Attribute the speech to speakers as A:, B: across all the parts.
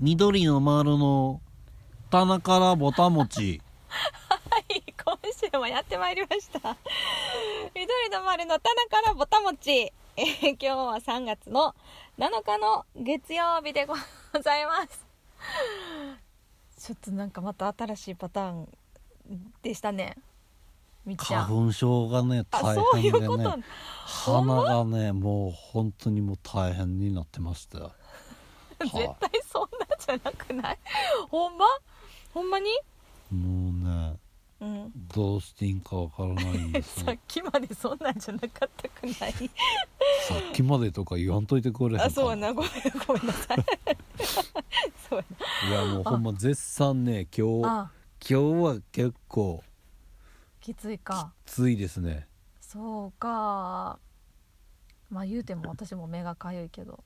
A: 緑の丸の棚からぼたもち
B: はい、今週もやってまいりました。 緑の丸の棚からぼたもち。えー今日は3月の7日の月曜日でございます。ちょっとなんかまた新しいパターンでしたね。みっちゃ
A: 花
B: ん。
A: 粉症がね
B: あ、
A: 大
B: そうい
A: 変
B: う
A: で
B: こと。
A: ね鼻がねもう本当にもう大変になってましたよ
B: 絶
A: は
B: 対そんなじゃなくない。ほんま？ほんまに？
A: もうね
B: うん。
A: どうしていいんかわからないんです
B: さ
A: よ
B: っきまでそんなんじゃなかったくない。
A: さっきまでとか言わんといてくれへんか
B: あ、そうやな。ごめんごめんな さい。そうやな。
A: いやもうほんま絶賛ね今日
B: あ
A: 今日は結構
B: きついか
A: ついですね
B: そうかまあ言うても私も目がかゆいけど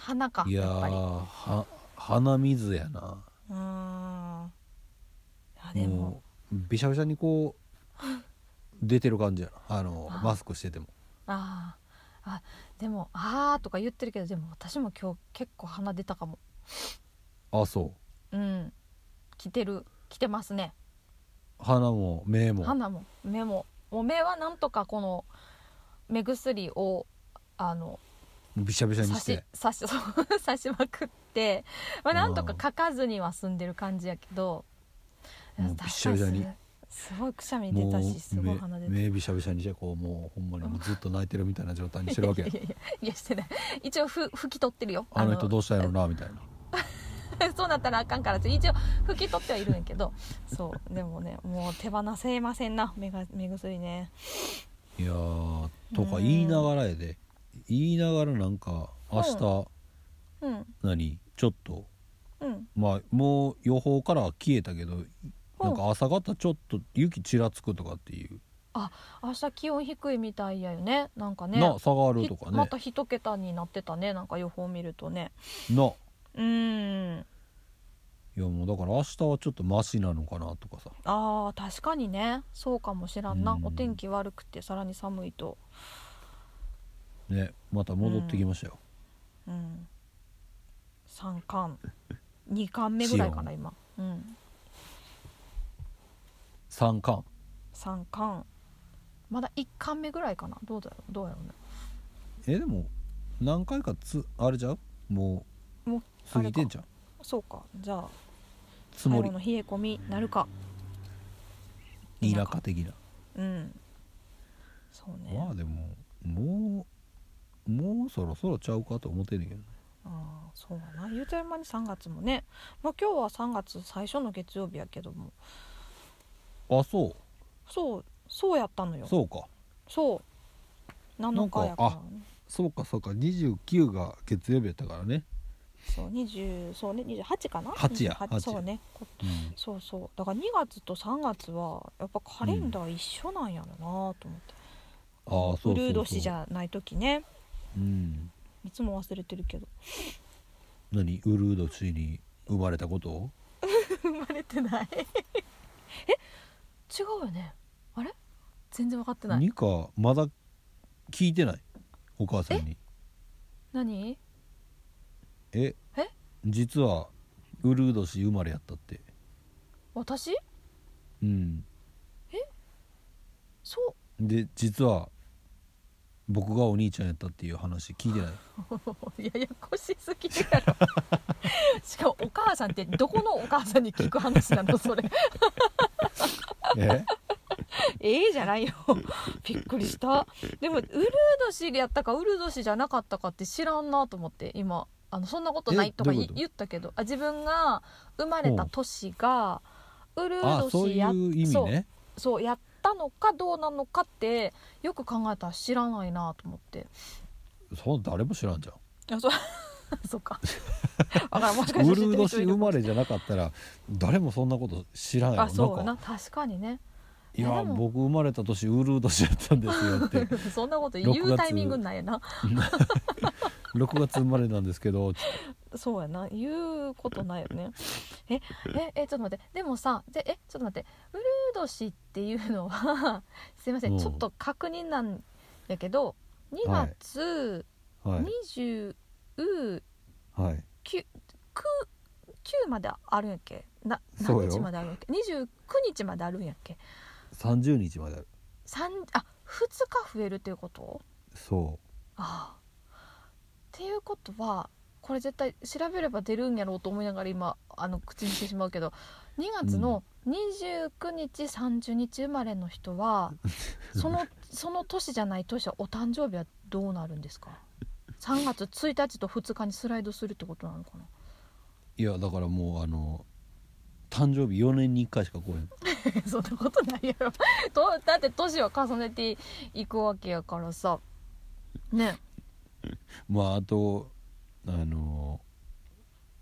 B: 鼻か
A: いやー
B: やっぱりう
A: は鼻水やな
B: ーんあでも
A: もうびしゃびしゃにこう 出てる感じやなあの
B: あ
A: マスクしてても
B: あーあでも「あー」とか言ってるけどでも私も今日結構鼻出たかも
A: あそう
B: うん来てる来てますね
A: 鼻も目も
B: 鼻も目ももう目はなんとかこの目薬をあの
A: びしゃびしゃに
B: 刺
A: し
B: して刺し そう刺しまくって、まあ、
A: うん
B: なんとか書かずには済んでる感じやけど
A: もうびっしゃびしゃに
B: 確かすすごいくしゃみ出
A: も
B: たし
A: う
B: すご
A: 目
B: い鼻出た
A: 目びしゃびしゃにしてこうもうほんまにもうずっと泣いてるみたいな状態にしてるわけや
B: いやいやいやしてない一応ふ拭き取ってるよ
A: あの人どうしたんやろなみたいな
B: そうなったらあかんから一応拭き取ってはいるんやけどそうでもねもう手放せませんな目が目薬ね
A: いやーとか言いながらやで言いながらなんか明日
B: うん
A: 何ちょっと
B: うん
A: まあもう予報からは消えたけどなんか朝方ちょっと雪ちらつくとかっていう、
B: 明日気温低いみたいやよねなんかね
A: な下がるとか
B: ひ
A: ね、
B: また一桁になってたねなんか予報見るとね
A: な
B: うーん
A: いやもうだから明日はちょっとマシなのかなとかさ
B: あー確かにねそうかもしらんな、
A: うん
B: お天気悪くてさらに寒いと
A: ねまた戻ってきましたよ、
B: うん3巻 2巻目ぐらいかな
A: 地
B: 今うん
A: 三冠
B: 3巻まだ1巻目ぐらいかなどうだろうどうやろうね
A: えでも何回かつあれじゃんも
B: もう
A: う過ぎてんじゃん
B: ゃんそうかじゃあ
A: つ
B: 最
A: も
B: 後
A: り
B: の冷え込みなるか
A: 田舎的な、
B: うんそうね、
A: まあでももうもうそろそろちゃうかと思ってんねんけどね
B: ああそうやな言うてる間に3月もね、まあ、今日は3月最初の月曜日やけども
A: あそ
B: そうそうやったのよ
A: うそうか
B: そう7日やから
A: なんかそうかそうか29が月曜日やったからね
B: そう20そうね28かな
A: 8や
B: 28
A: 8
B: そうねこ
A: うん
B: そうそうだから2月と3月はやっぱカレンダー一緒なんやろなと思って、
A: ああそうそうそう
B: ブルー年じゃない時ね
A: うん
B: いつも忘れてるけど
A: 何ウルード氏に生まれたことを
B: 生まれてないえ違うよねあれ全然分かってない
A: にかまだ聞いてないお母さんに
B: 何
A: え
B: え
A: 実はウルード氏生まれやったって
B: 私
A: うん
B: そう
A: で実は僕がお兄ちゃんやったっていう話聞いてない
B: ややこしすぎるや ろしかもお母さんってどこのお母さんに聞く話なのそれ
A: え
B: ええじゃないよ びっくりしたでもウルード氏でやったかウルード氏じゃなかったかって知らんなと思って今あのそんなことない
A: え
B: とか
A: どういう
B: い
A: こと
B: 言ったけどあ自分が生まれた年がウルー
A: あ
B: ド
A: そう
B: 氏
A: いう
B: や
A: 意味ね
B: そうそうやったのかどうなのかってよく考えたら知らないなと思って
A: そう誰も知らんじゃ
B: あそう そう かあからんもしか
A: ん
B: し
A: ウ
B: て
A: ル
B: 知っ
A: ー
B: てる
A: ド
B: 人
A: 氏
B: いる
A: 生まれじゃなかったら誰もそんなこと知らんよ
B: あそうや
A: な
B: なん
A: か
B: 確かにね
A: い
B: いや
A: や
B: でも
A: 僕生まれた年ウルード氏やったんですよって
B: そんなこと言
A: 6
B: う
A: 月
B: タイミングなんやな
A: 6月生まれなんですけど
B: そうやな言うことないよねえええちょっと待ってでもさでえちょっと待ってウルード氏っていうのは すいませ
A: うんん
B: ちょっと確認なんやけど2月
A: はい
B: 29
A: はい
B: 29まであるんやっけな
A: そう
B: 何
A: よ
B: 日まであるんやっけ29日まであるんやっけ
A: 30日まである
B: 三あ2日増えるっていうこと
A: そ
B: ああっていうことはこれ絶対調べれば出るんやろうと思いながら今あの口にしてしまうけど2月の29日、30日生まれの人はそのその年じゃない年はお誕生日はどうなるんですか3月1日と2日にスライドするってことなのかな
A: ういやだからもうあの誕生日4年に1回しか来へん
B: そんなことないやろ とだって年は重ねていくわけやからさね
A: まああとあの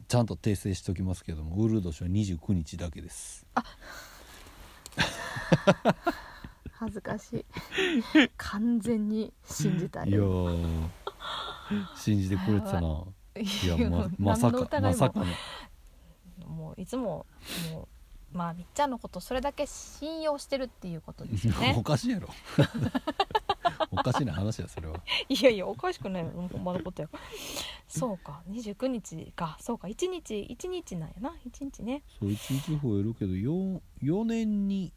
A: ちゃんと訂正しておきますけどもウルード氏は29日だけです
B: 恥ずかしい完全に信じたい
A: いやー信じてくれてたな。 いやままさ
B: 何の
A: か
B: 疑い
A: ま
B: も
A: さか の
B: もういつももうまあみっちゃんのことそれだけ信用してるっていうことですよ
A: お
B: ね
A: かしいやろおかしいな話やそ れはい
B: や いやおかしくないよほんまのことよそうか29日かそうか1日1日なんやな1日ね
A: そう1日増えるけど 4, 4年に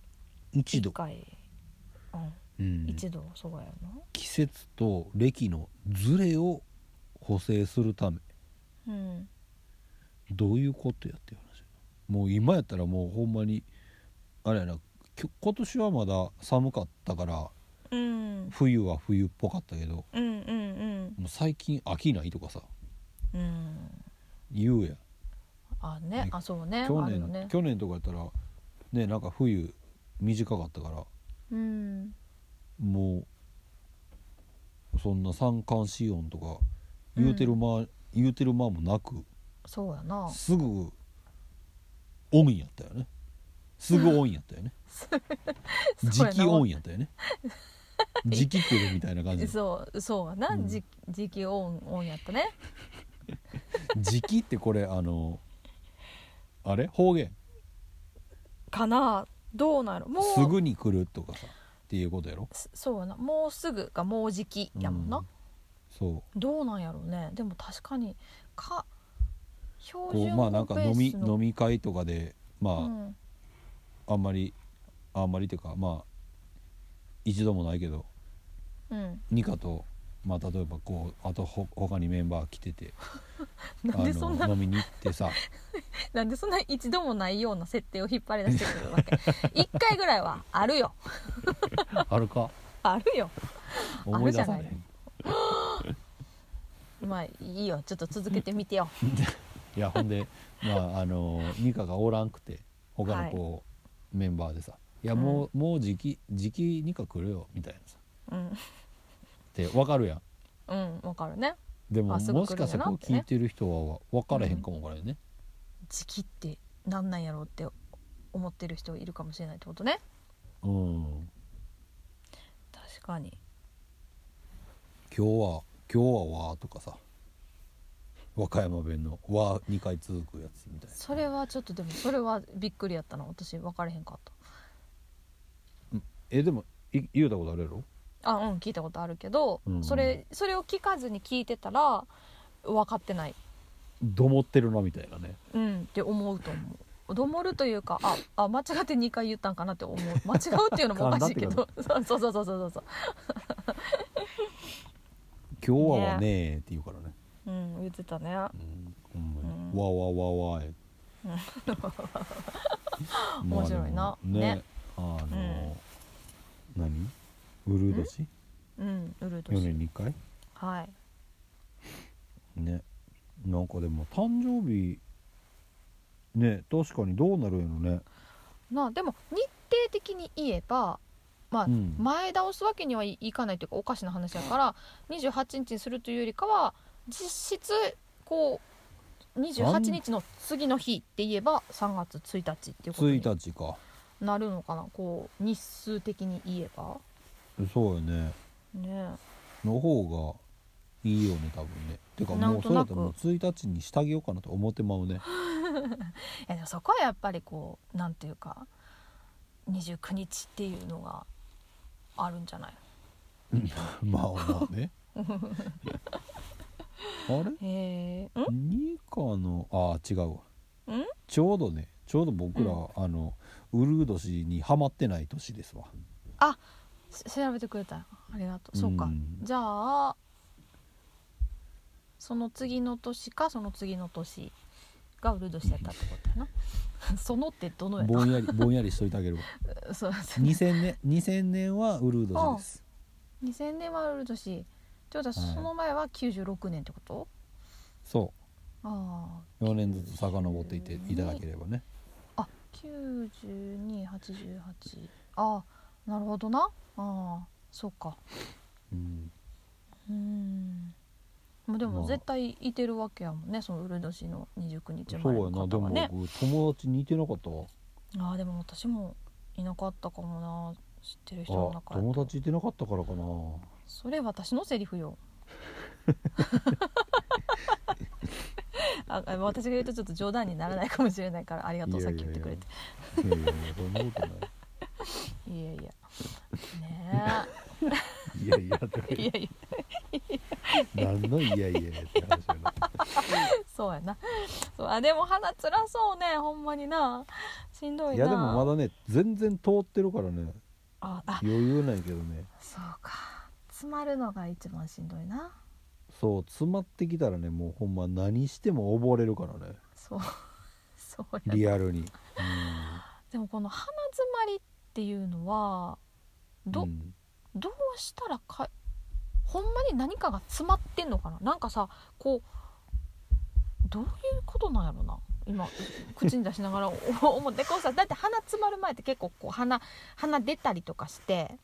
A: 一度
B: 一、回、う
A: うん
B: ん、一度そうや
A: 季節と歴のズレを補正するため
B: なうん
A: どういうことやっていう話もう今やったらもうほんまにあれやなきょ今年はまだ寒かったから
B: うん
A: 冬は冬っぽかったけど
B: うんうんうん
A: もう最近秋ないとかさ
B: うん
A: 言うやん
B: あね
A: ね
B: あそうね
A: 去
B: あるよ
A: 年、
B: ね
A: 去年とかやったらねなんか冬短かったから
B: うん
A: もうそんな三寒四温とか言うてる間、言うてる間もなく
B: そうやな
A: すぐオンやったよねすぐオンやったよ ね時期オンやったよね時期来るみたいな感じ
B: そうそうやな、
A: うん
B: じ時期オンオンやったね
A: 時期ってこれあのあれ方言
B: かなどうなるもう
A: すぐに来るとかさっていうことやろ
B: すそうやなもうすぐがもうじきやもんな、
A: うんそう
B: どうなんやろうねでも確かにか標
A: こ
B: 準
A: う
B: 語
A: まあなんか
B: ベー
A: 飲み
B: スの
A: 飲み会とかで
B: う
A: ま
B: ん
A: あ、あんまりあんまりっていうかまあ一度もないけど
B: うん、
A: ニカとまあ例えばこうあとほ他にメンバー来てて
B: なんでそんな
A: あの飲みに行って さ
B: なんでそんな一度もないような設定を引っ張り出してくるわ け一回ぐらいはあるよ
A: あるか
B: あるよ
A: 思い出さ
B: ある
A: れへ
B: じゃない
A: ん
B: まあいいよちょっと続けてみてよ
A: いやほんでまああのニカがおらんくて他のこう、メンバーでさ「いやもう、もう時期時期ニカ来るよ」みたいなさ
B: うん
A: でわかるやん
B: うんわかるね
A: でも
B: あすぐ来
A: もし
B: るんやな
A: かしたらこう
B: ってね
A: 聞いてる人は分からへんかもわからんよね、
B: 時期ってなんなんやろうって思ってる人いるかもしれないってことね
A: うん、
B: 確かに
A: 今日は今日はわーとかさ和歌山弁の「わ」2回続くやつみたい
B: それはちょっとでもそれはびっくりやったな私分かれへんかった
A: なえでもい言うたことあるやろ
B: あうん聞いたことあるけど、
A: うん
B: それそれを聞かずに聞いてたら分かってない
A: どもってるなみたいなね
B: うんって思うと思うどもるというかああ間違って2回言ったんかなって思う間違うっていうのもおかしい けどそうそうそうそうそうそう
A: 「今日ははねえ」って言うからね
B: うん言ってたね
A: うんほんまに
B: うん
A: 「わわわわえ」まあ
B: 面白いな
A: でもね
B: ね
A: あの、何ウルード氏
B: うんうるう
A: 4
B: 年
A: 年に1回
B: はい
A: ねなんかでも誕生日ね確かにどうなるんやろね
B: なあでも日程的に言えばまあ、
A: うん
B: 前倒すわけにはいいかないというかおかしな話だから28日にするというよりかは実質こう28日の次の日って言えば3月1日っていうことに
A: 1日か
B: なるのかなこう日数的に言えば
A: そうよね
B: ね
A: の方がいいよね多分ねてか
B: な
A: も
B: ん
A: うそ
B: と
A: れ
B: な
A: だ
B: く
A: ともう1日にしてあげようかなと思ってまう ね
B: えいやでもそこはやっぱりこうなんていうか29日っていうのがあるんじゃない
A: まあま あねあれ
B: へえ
A: ニカのああ違うわ
B: んん
A: ちょうどねちょうど僕ら、
B: う
A: あのウルー年にはまってない年ですわ
B: し調べてくれたありがとうそうか、
A: うん
B: じゃあその次の年かその次の年がウル年だったってことやな そのってどのや
A: ぼんやりぼんやりしといてあ げるわ
B: な そうですね
A: 2000年2000年はウルー年です
B: 2000年はウル年ってこと
A: は
B: は
A: い
B: その前は96年ってこと、
A: そ
B: あ
A: う4年ずつ遡っていていただければね
B: ああ9288ああなるほどなああそうか
A: うん
B: うんもうで
A: ま
B: も
A: あ
B: 絶対いてるわけやもんねそのウル年の29日
A: そ
B: 前
A: うや
B: の
A: なで
B: 方
A: も
B: がね
A: 僕友達似てなかったわ
B: あーでも私もいなかったかもな知ってる人の
A: あ
B: 中
A: 友達いてなかったからかな
B: それ私のセリフよああ私が言うとちょっと冗談にならないかもしれないからありがとう
A: いやい
B: さっ
A: や
B: き
A: いや
B: 言ってくれて
A: いやいやいやそんなことない
B: いやいや
A: いやいやとか
B: ねえいやい
A: 言って何のいやいやって話やな
B: やそうやなそうあでも鼻つらそうねほんまになしんどいない
A: いやでもまだね全然通ってるからね
B: ああ
A: 余裕ないけどね
B: そうか詰まるのが一番しんどいな
A: そう詰まってきたらねもうほんま何しても溺れるからね
B: そう そうやな
A: リアルに、うん
B: でもこの鼻詰まりっていうのはど,、
A: うん
B: どうしたらかほんまに何かが詰まってんのかななんかさこうどういうことなんやろな今口に出しながら お思ってこうさだって鼻詰まる前って結構こう鼻鼻出たりとかして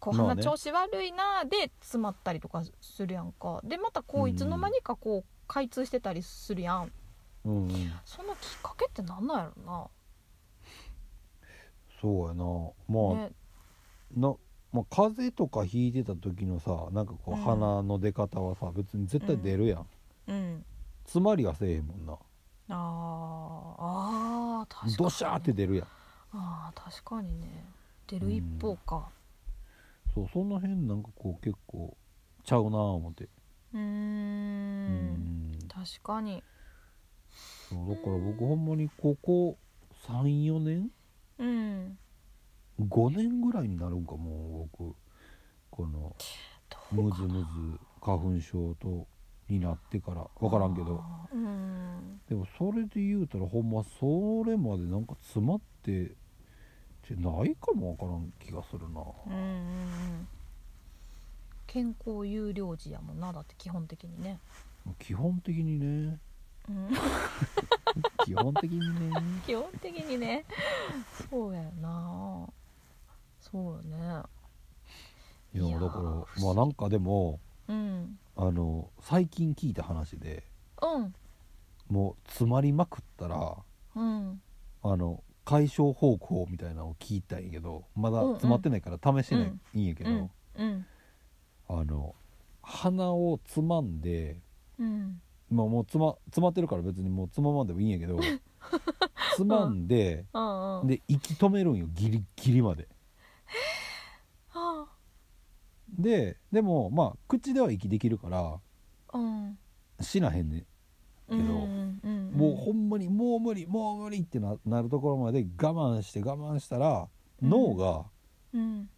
B: こう
A: まあ
B: 鼻
A: ね
B: 調子悪いなーで詰まったりとかするやんかでまたこ
A: うんう
B: うんいつの間にかこう開通してたりするやん
A: うんうん
B: そのきっかけってなんなんやろな
A: そうやなまあ、
B: ね
A: なまあ風邪とかひいてた時のさなんかこ
B: う
A: うん鼻の出方はさ別に絶対出るやん、
B: うん
A: 詰まりはせえへんもんな
B: あーあー確かに、ね、
A: ドシャーって出るやん
B: あー確かにね出る一方か
A: そうその辺なんかこう結構ちゃうなあ思って
B: うーん
A: うんうん
B: 確かに
A: そうだから僕ほんまにここ34年
B: うん
A: 5年ぐらいになるんかもう僕この
B: どう
A: ム
B: か
A: ズ
B: な
A: ムズ花粉症とになってから分からんけど
B: あーうん
A: でもそれで言うたらほんまそれまでなんか詰まってってないかも分からん気がするな
B: うんうんうん健康有料児やもんなだって基本的にね、
A: 基本的にね
B: うん
A: 基本的にね
B: 基本的にねそうやなそうやね
A: いや
B: いやー
A: だからまあなんかでも
B: うん
A: あの最近聞いた話で
B: うん
A: もう詰まりまくったら
B: うん
A: あの解消方法みたいなのを聞いたんやけどまだ
B: うんうん
A: 詰まってないから試してないんやけど、
B: うんうん
A: あの鼻をつまんで、
B: うん
A: まあ、もうつま詰まってるから別にもうつままんでもいいんや けどつまんで、
B: うんうん
A: で息止めるんよギリギリまで。
B: は
A: ででもまあ口では息できるから
B: あうん
A: 死なへんねん
B: うんうんうん
A: もうほんまにもう無理もう無理ってななるところまで我慢して我慢したら、
B: うん
A: 脳が
B: うん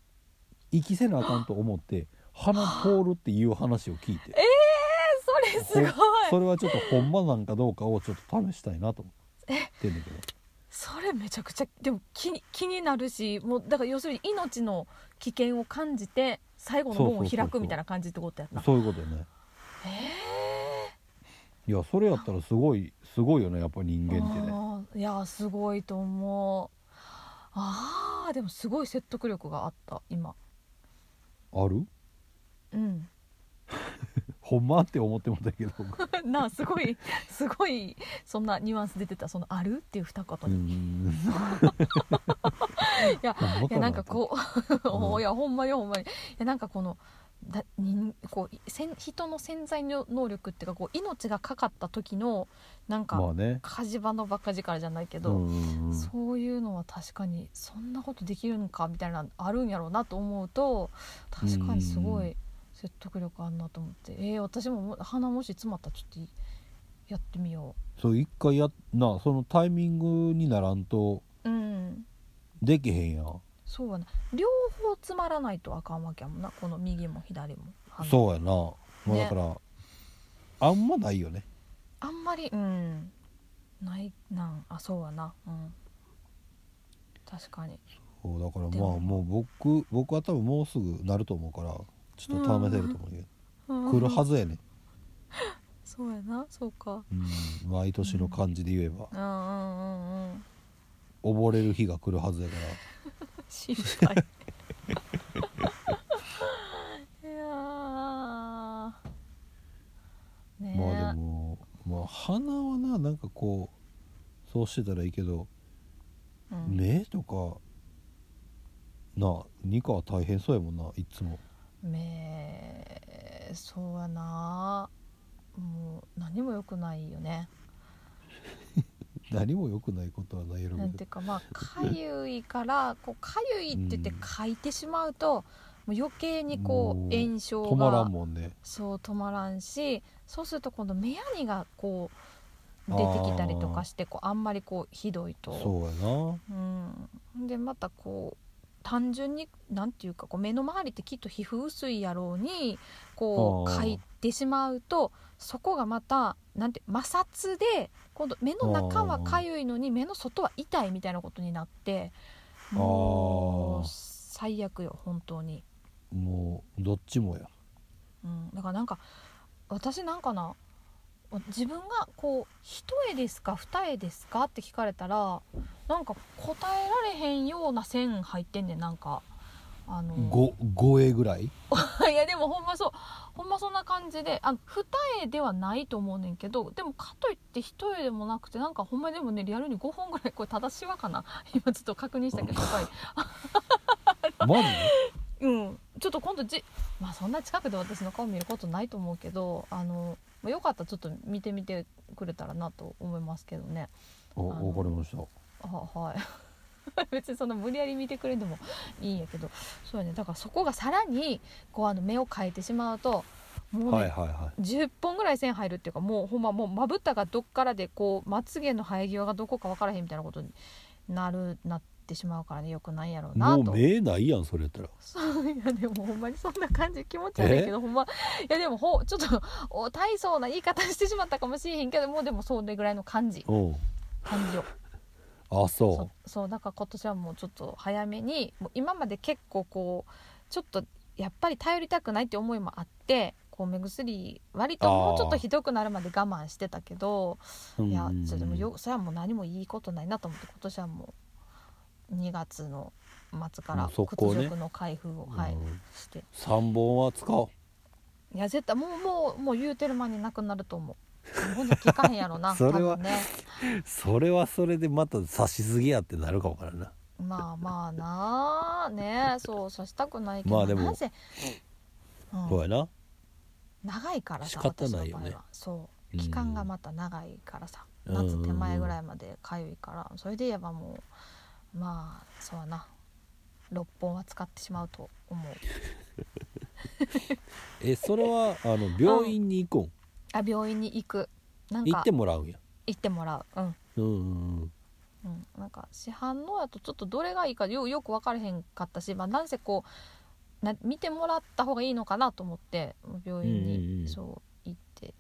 A: 息せなあかんと思って鼻通るっていう話を聞いて
B: えそれすごい
A: それはちょっとほんまなんかどうかをちょっと試したいなと思ってんだけど
B: それめちゃくちゃでも気に気になるしもうだから要するに命の危険を感じて最後の門を開くみたいな感じってことやな
A: そういうことよね
B: へ
A: いやそれやったらすごいすごいよねやっぱ人
B: え
A: 間ってね
B: あーいやーすごいと思うあーでもすごい説得力があった今
A: ある
B: うん
A: ほんまって思ってもたけど僕
B: なあすごいすごいそんなニュアンス出てたその「ある?」っていう二
A: う
B: 言
A: ー
B: に、
A: ん
B: いや
A: ほんま
B: いやなんかこう、
A: う ん
B: いやほんまにほんまにいやなんかこのだ人こうせん人の潜在の能力っていうかこう命がかかった時のなんか、
A: まあね
B: 火事場のバカ力じゃないけ
A: う
B: ど、
A: んうんうん
B: そういうのは確かにそんなことできるんかみたいなのあるんやろうなと思うと確かにすご
A: うんう
B: い説得力あんなと思って、えー私もも鼻もし詰まったらちょっといやってみよ
A: そう一回やっなそのタイミングにならんと
B: ううん
A: できへんやん
B: そうやな両方つまらないとあかんわけやもんなこの右も左も反応
A: そうやな、もう
B: ね
A: だからあんまないよね
B: あんまりうんないなんあそうやなうん確かに
A: そうだから
B: で
A: まあ
B: も
A: もう僕僕は多分もうすぐなると思うからちょっと試せると思うけど、来るはずやね、
B: そうやなそうか
A: うん、毎年の感じで言えば
B: うんうんうんうん
A: 溺れる日が来るはずやから
B: 心配 いやーねえ
A: まあでもまあ鼻はななんかこうそうしてたらいいけど、
B: うん
A: 目とかなあニカは大変そうやもんないっつも
B: 目そうやなもう何も良くないよね
A: 何も良くないことはないやろう
B: なん
A: け
B: てい
A: ど
B: うかまあかゆいからこうかゆいって言って
A: うん
B: かいてしまうと、もう余計にこ
A: もう
B: う炎症
A: 止まら
B: が
A: んもんね
B: そう止まらんしそうすると今度目やにがこう出てきたりとかしてこうあんまりこうひどいと
A: そうやな
B: うん、でまたこう単純になんていうかこう目の周りってきっと皮膚薄いやろうにこう
A: あー
B: かいてしまうとそこがまたなんて摩擦で今度目の中はかゆいのに目の外は痛いみたいなことになっても
A: あ
B: う
A: ー
B: 最悪よ本当に、
A: もうどっちもや
B: うん、だからなんか私なんかな自分がこう「一重ですか二重ですか?」って聞かれたらなんか答えられへんような線入ってんねんなんかあの
A: 5A ぐらい
B: いやでもほんまそうほんまそんな感じであの二重ではないと思うねんけどでもかといって一重でもなくてなんかほんまでもねリアルに5本ぐらいこれ正しいわかな今ちょっと確認したけどやっぱり
A: マジ
B: うん、ちょっと今度じ、まあ、そんな近くで私の顔見ることないと思うけどあの、まあ、よかったらちょっと見てみてくれたらなと思いますけどね
A: お
B: あの
A: わかりました
B: あはい 別にそんな無理やり見てくれてもいいんやけどそうやねだからそこがさらにこうあの目を変えてしまうともうね、
A: はいはいはい
B: 10本ぐらい線入るっていうかもうほんまもうまぶたがどっからでこうまつげの生え際がどこか分からへんみたいなことになるなってしまうからねよくないやろうな
A: も
B: と
A: う目ないやんそれやったら
B: そういやでもほんまにそんな感じ気持ち悪いけどほんまいやでもほうちょっとお大層な言い方してしまったかもしれへんけどもうでもそれぐらいの感じ
A: うん
B: 感じを
A: あ
B: そ
A: そう
B: そうだから今年はもうちょっと早めにもう今まで結構こうちょっとやっぱり頼りたくないって思いもあってこう目薬割ともうちょっとひどくなるまで我慢してたけど
A: う
B: いや
A: うん
B: ちょっとでもよそれはもう何もいいことないなと思って今年はもう2月の末か
A: も
B: ら
A: う
B: 屈
A: そこをね
B: 辱の開封を、はい
A: うん
B: して
A: 3本は使おう
B: いや絶対もうもうもう言うてる間になくなると思うほんと聞かへんやろ な
A: それは
B: 多分ね
A: それはそれでまた刺しすぎやってなるかもからな
B: まあまあなあねそうさしたくないけど、
A: まあでも
B: なぜ、う、
A: そうんやな
B: 長いからさ
A: 仕方ないよね
B: 私の場合はそ
A: うん
B: う期間がまた長いからさ、
A: うん
B: 夏手前ぐらいまでかゆいからそれで言えばもうまあそうやな6本は使ってしまうと思う
A: えそれはあの病院に行こ
B: あ病院に行くなん
A: う行
B: か
A: ってもらうんや
B: 行ってもらううん
A: うんうんうん
B: うん、なんか市販のやとちょっとどれがいいかよよく分かれへんかったし、まあ、なんせこうな見てもらった方がいいのかなと思って病院
A: うんうんうん
B: にそう行って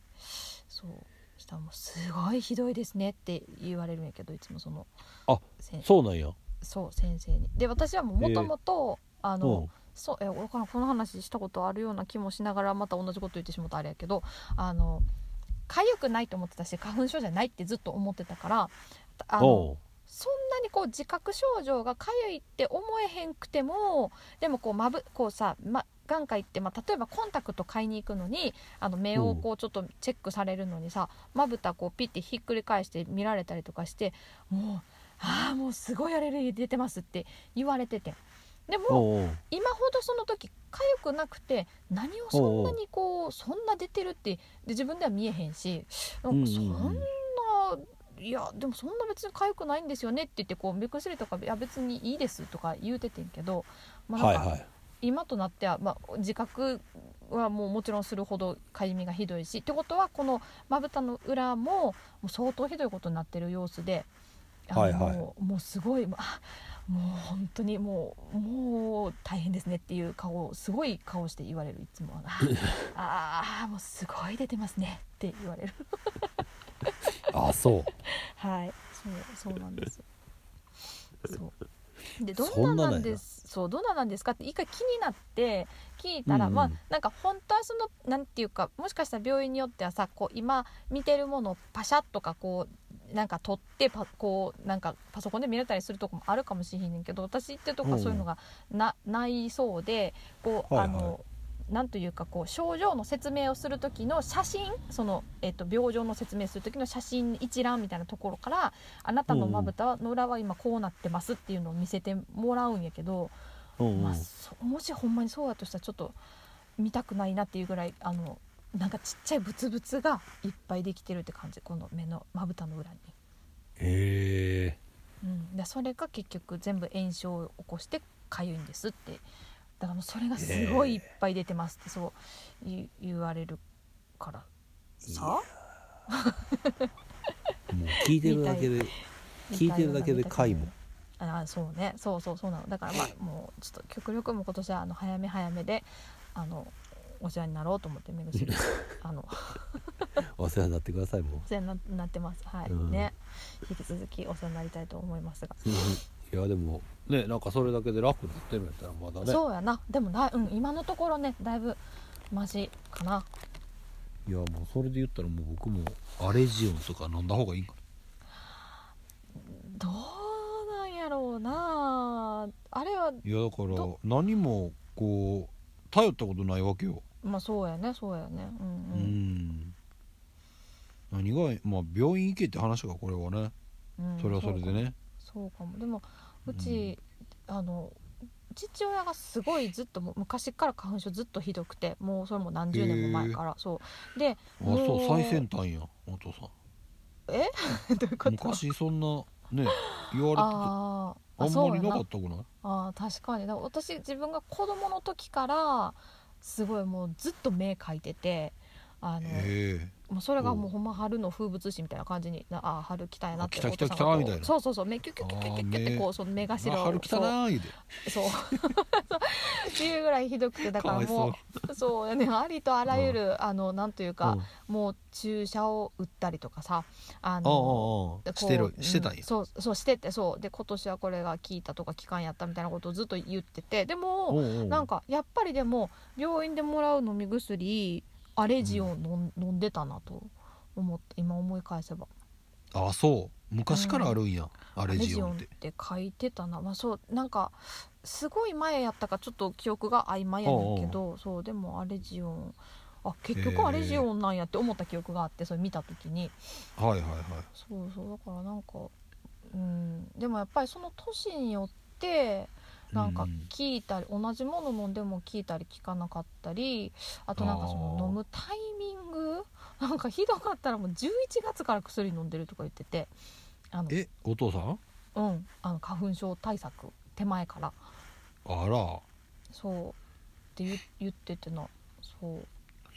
B: そうしたらもうすごいひどいですねって言われるんやけどいつもその
A: あ
B: せん
A: そうなんや
B: そう先生に。で私はもともとあの、そうえわからんこの話したことあるような気もしながらまた同じこと言ってしまったあれやけどあの痒くないと思ってたし花粉症じゃないってずっと思ってたからあ
A: うん
B: の
A: おう
B: そんなにこう自覚症状がかゆいって思えへんくてもでもこうまぶこうさ、ま、眼科行って、まあ、例えばコンタクト買いに行くのにあの目
A: う
B: を
A: ん
B: こうちょっとチェックされるのにさまぶたこうピッてひっくり返して見られたりとかしてもう「ああもうすごいアレルギー出てます」って言われててでも
A: おうおう
B: 今ほどその時かゆくなくて何をそんなにこうそんな出てるってで自分では見えへんしな
A: うんうん
B: んかそんないやでもそんな別にかゆくないんですよねって言ってこう目薬とかいや別にいいですとか言うててんけど、まあ、
A: はい
B: なんか
A: はい
B: 今となっては、まあ、自覚はもうもちろんするほどかゆみがひどいしってことはこのまぶたの裏ももう相当ひどいことになってる様子で、あの
A: はいはい
B: もうもうすごいあもう本当にもうもう大変ですねっていう顔をすごい顔して言われるいつもああーもうすごい出てますねって言われる
A: あそう
B: はいそうそうなんですそうでど
A: そん
B: ん
A: なな
B: ななんん
A: や
B: ですそうどんななんですかって一回気になって聞いたら、
A: うんうん
B: まあなんか本当はそのなんていうかもしかしたら病院によってはさこう今見てるものをパシャッとかこうなんか取ってパこうなんかパソコンで見れたりするとこもあるかもしれへんねんけど私ってとこはそういうのがな,、ないそうでこう、
A: はいはい
B: あのなんというかこう症状の説明をする時の写真その、えっと病状の説明する時の写真一覧みたいなところからあなたのまぶたの裏は今こうなってますっていうのを見せてもらうんやけど、
A: うんう
B: ま
A: ん
B: あ、そもしほんまにそうだとしたらちょっと見たくないなっていうぐらいあのなんかちっちゃいブツブツがいっぱいできてるって感じこの目のまぶたの裏に。
A: へえ
B: うん、でそれが結局全部炎症を起こして痒いんですってだからもうそれがすごいいっぱい出てますってそうい言われるからさ
A: もう聞いてるだけで聞いてるだけで
B: か
A: 回
B: ゆ
A: も
B: あそうねそうそうそうなのだからまあもうちょっと極力もう今年はあの早め早めであのお世話になろうと思って 目薬あの
A: お世話になってくださいも
B: お世話にななってますはい、
A: うん
B: ね引き続きお世話になりたいと思いますが、
A: ういやでもねなんかそれだけで楽になってるんやったらまだね
B: そうやなでもだい、うん、今のところねだいぶマシかない
A: やもうそれで言ったらもう僕もアレジオンとか飲んだ方がいいんか
B: どうなんやろうなあれは
A: ないやだから
B: ど
A: 何もこう頼ったことないわけよ
B: まあそうやねそうやねう
A: うんん何がまあ病院行けって話がこれはね
B: うん、うん、
A: それはそれでね
B: そうかもそうかもでもうち、あの父親がすごいずっともう昔から花粉症ずっとひどくてもうそれも何十年も前からそうで
A: あ
B: もう
A: そう最先端やお父さん
B: え どういうこと
A: 昔そんなね言われてた
B: あー
A: あ
B: あ
A: ん
B: そう
A: ま
B: や
A: りなか
B: な
A: ったくない
B: あー確かにだから私自分が子供の時からすごいもうずっと目描いててあの、
A: ええ
B: もうそれが
A: おう
B: もうほんま春の風物詩みたいな感じになああ春来たやなって
A: あ来た来た
B: お父さんがこう
A: 来たみたいな
B: そうそうそう目キュキュキュキュキュキュっ
A: あー
B: て
A: ね
B: こうその目頭を
A: あ春来たなー言うて
B: そうそうそうっていうぐらいひどくてだから
A: かわい
B: もうそうやねありとあらゆる、あのなんというか
A: うん、
B: もう注射を打ったりとかさあ
A: あああ
B: の
A: ああ
B: こ
A: あ
B: う
A: してるしてたん
B: う
A: や
B: ん、そうそうしててそうで今年はこれが効いたとか期間やったみたいなことをずっと言っててでも
A: おうおう
B: なんかやっぱりでも病院でもらう飲み薬アレジを飲,、ん、飲んでたなと思って今思い返せば
A: あそう昔からあるんや、ア
B: ア
A: レジオンって
B: レジオン書いてたなまあそうなんかすごい前やったかちょっと記憶が曖昧やねんけどそうでもアレジオンあ結
A: へー
B: 局アレジオンなんやって思った記憶があってそれ見た時に
A: はいはいはい
B: そうそうだからなんかうんでもやっぱりその年によってなん
A: う
B: か
A: ん
B: 聞いたり、同じもの飲んでも聞いたり聞かなかったりあとなんかそ
A: あ
B: の
A: ー
B: 飲むタイミングなんかひどかったらもう11月から薬飲んでるとか言っててあの
A: えお父さん
B: うんあの花粉症対策手前から
A: あら
B: そうって言言っててなそう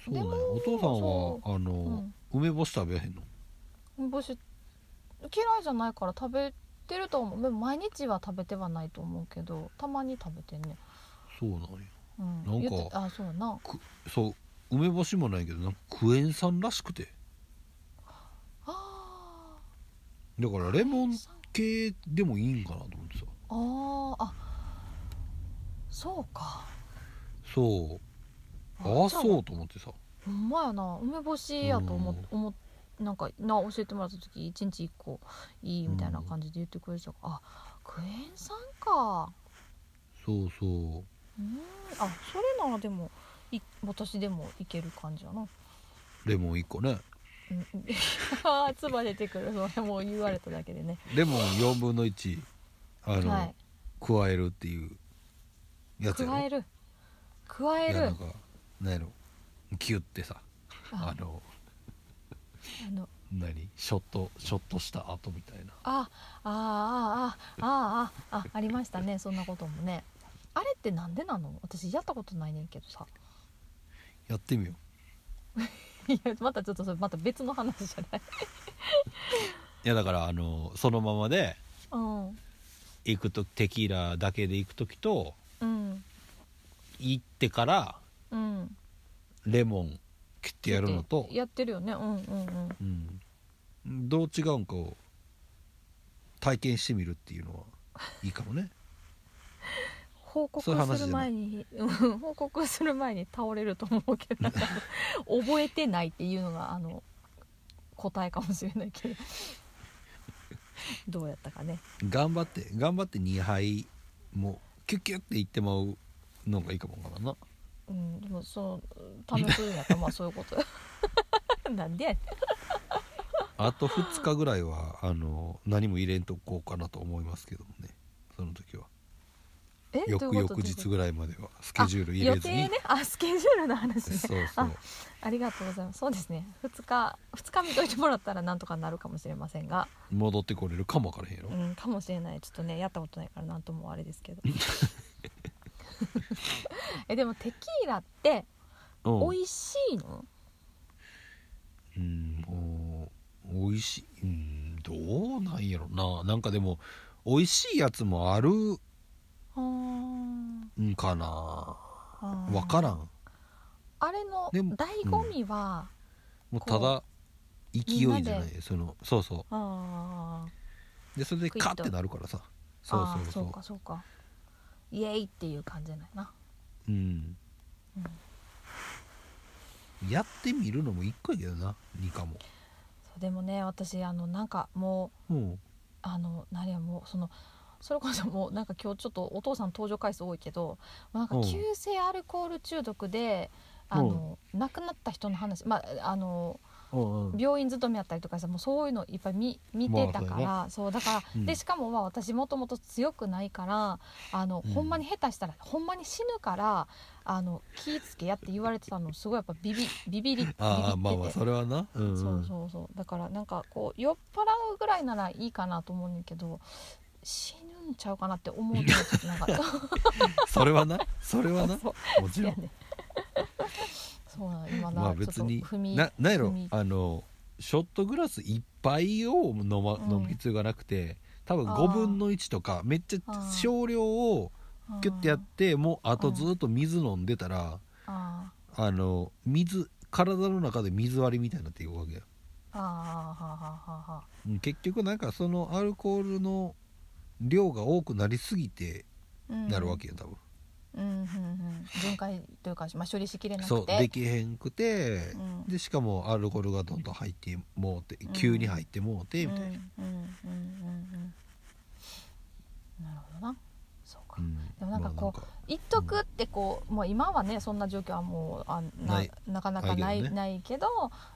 A: そうね
B: でも
A: お父さ
B: そ
A: んはあの、
B: うん
A: 梅干し食べへんの
B: 梅干し嫌いじゃないから食べてると思うでも毎日は食べてはないと思うけどたまに食べてんね
A: そうなんや
B: うん
A: なんか
B: 言ってあそうやな
A: そう梅干しもないけどなんかクエン酸らしくて
B: あ
A: だからレモン系でもいいんかなと思ってさ
B: あーあそうか
A: そうああそうと思ってさ
B: ほんまやな梅干しやと思っ思っなんかな教えてもらった時一日一個いいみたいな感じで言ってくれてたから、あクエン酸か
A: そうそう
B: うんあそれならでもい私でもいける感じやな
A: レモン1個ね
B: うん あー唾出てくるそれもう言われただけでね
A: レモン4分の1あの、
B: はい
A: 加えるっていうやつやろ
B: 加える加え
A: いやな
B: る
A: んか何やろキュッてさあ
B: あ
A: の
B: あの
A: 何ショットショットした後みたいな
B: ああああああああありましたねそんなこともねあれってなんでなの私やったことないねんけどさ
A: やってみよう
B: いやまたちょっとそれまた別の話じゃない
A: いやだからあのそのままで
B: うん
A: 行くとテキーラだけで行く時と
B: うん
A: 行ってから
B: うん
A: レモン切ってやるのと、
B: やってるよねうんうんうん
A: うん、どう違うんかを体験してみるっていうのはいいかもね
B: 報告
A: そういう話
B: する
A: じゃな
B: 前
A: い
B: にうん報告する前に倒れると思うけ どなんか覚えてないっていうのがあの答えかもしれないけどどうやったかね
A: 頑張って頑張って2杯もうキュッキュッていってまうのがいいかもわからんな
B: うんでもそう試すんやったらまあそういうこと なんでやねん
A: あと2日ぐらいはあの何も入れんとこうかなと思いますけどもねその時は
B: え
A: 翌
B: どういう
A: 々
B: こと
A: 日
B: どういうこ
A: ぐらいまではス
B: と
A: ケジュール入れず
B: あ
A: に、
B: 予定ねあスケジュールの話ね
A: そうそ
B: あ
A: う
B: ありがとうございますそうですね2日2日見といてもらったらなんとかなるかもしれませんが
A: 戻ってこれるかもわからへんやろ、
B: うん、かもしれないちょっとねやったことないからなんともあれですけど えでもテキーラって
A: うん
B: 美味しいの、
A: うんもう美味しいうんどうなんやろななんかでも美味しいやつもある
B: うん、
A: んかな
B: あー
A: 分からん
B: あれの
A: でも
B: 醍醐味は、
A: もうただ勢いじ
B: みん
A: ゃ
B: な
A: な
B: で
A: いそのそうそ
B: あー
A: うでそれで
B: クイッ
A: カッ
B: と
A: てなるからさそう
B: あー
A: そうそう
B: そうかそうかイエイっていう感じじゃないな
A: うんやってみるのも一個やけどな2かも
B: そうでもね私あのなんかもう
A: うん
B: あの何やもうそのそれこそもうなんか今日ちょっとお父さん登場回数多いけどなんか
A: うん
B: 急性アルコール中毒で、あの亡くなった人の話、まあ、あの
A: うんうん
B: 病院勤めやったりとかさもうそういうのいっぱい見見てたから、そうだから、
A: うん
B: でしかもまあ私もともと強くないからあの、
A: うん
B: ほんまに下手したらほんまに死ぬからあの気ぃつけやって言われてたのすごいやっぱビビビビりビビってて。
A: ああまあまあそれはなうんう
B: そうんそうそうだからなんかこう酔っ払うぐらいならいいかなと思うねんだけど死ぬんちゃうかなって思うとちょっとなんか
A: それはなそれはな
B: そう
A: もち
B: そう
A: ろ
B: や
A: ん
B: ねそうなん今な、
A: まあ
B: ちょっ
A: 別
B: と
A: に
B: 踏み
A: ななんやろ
B: 踏み
A: あのショットグラス一杯を飲,、ま
B: うん
A: 飲む必要がなくて多分
B: あー
A: 5分の1とかめっち
B: あ
A: ゃ
B: ー
A: 少量をキュッてやってもうあとずっと水飲んでたら
B: あー
A: あの水体の中で水割りみたいになっていくわけよ
B: あーあーはあはあはあ
A: うん結局なんかそのアルコールの量が多くなりすぎて
B: うん
A: なるわけよ多分、
B: うんうんうん分解というか、まあ、処理しきれなくて
A: そうできへんくて
B: う、ん
A: でしかもアルコールがどんどん入ってもうて
B: うん
A: 急に入ってもうてみたいな、
B: うんうんうんうんうんなるほどなそうか、
A: うん
B: でもなんか
A: まあ
B: こう一徳ってこう、もう今はねそんな状況はもうあな
A: ない
B: なかなかない
A: ないけ
B: ない,、
A: どね
B: けど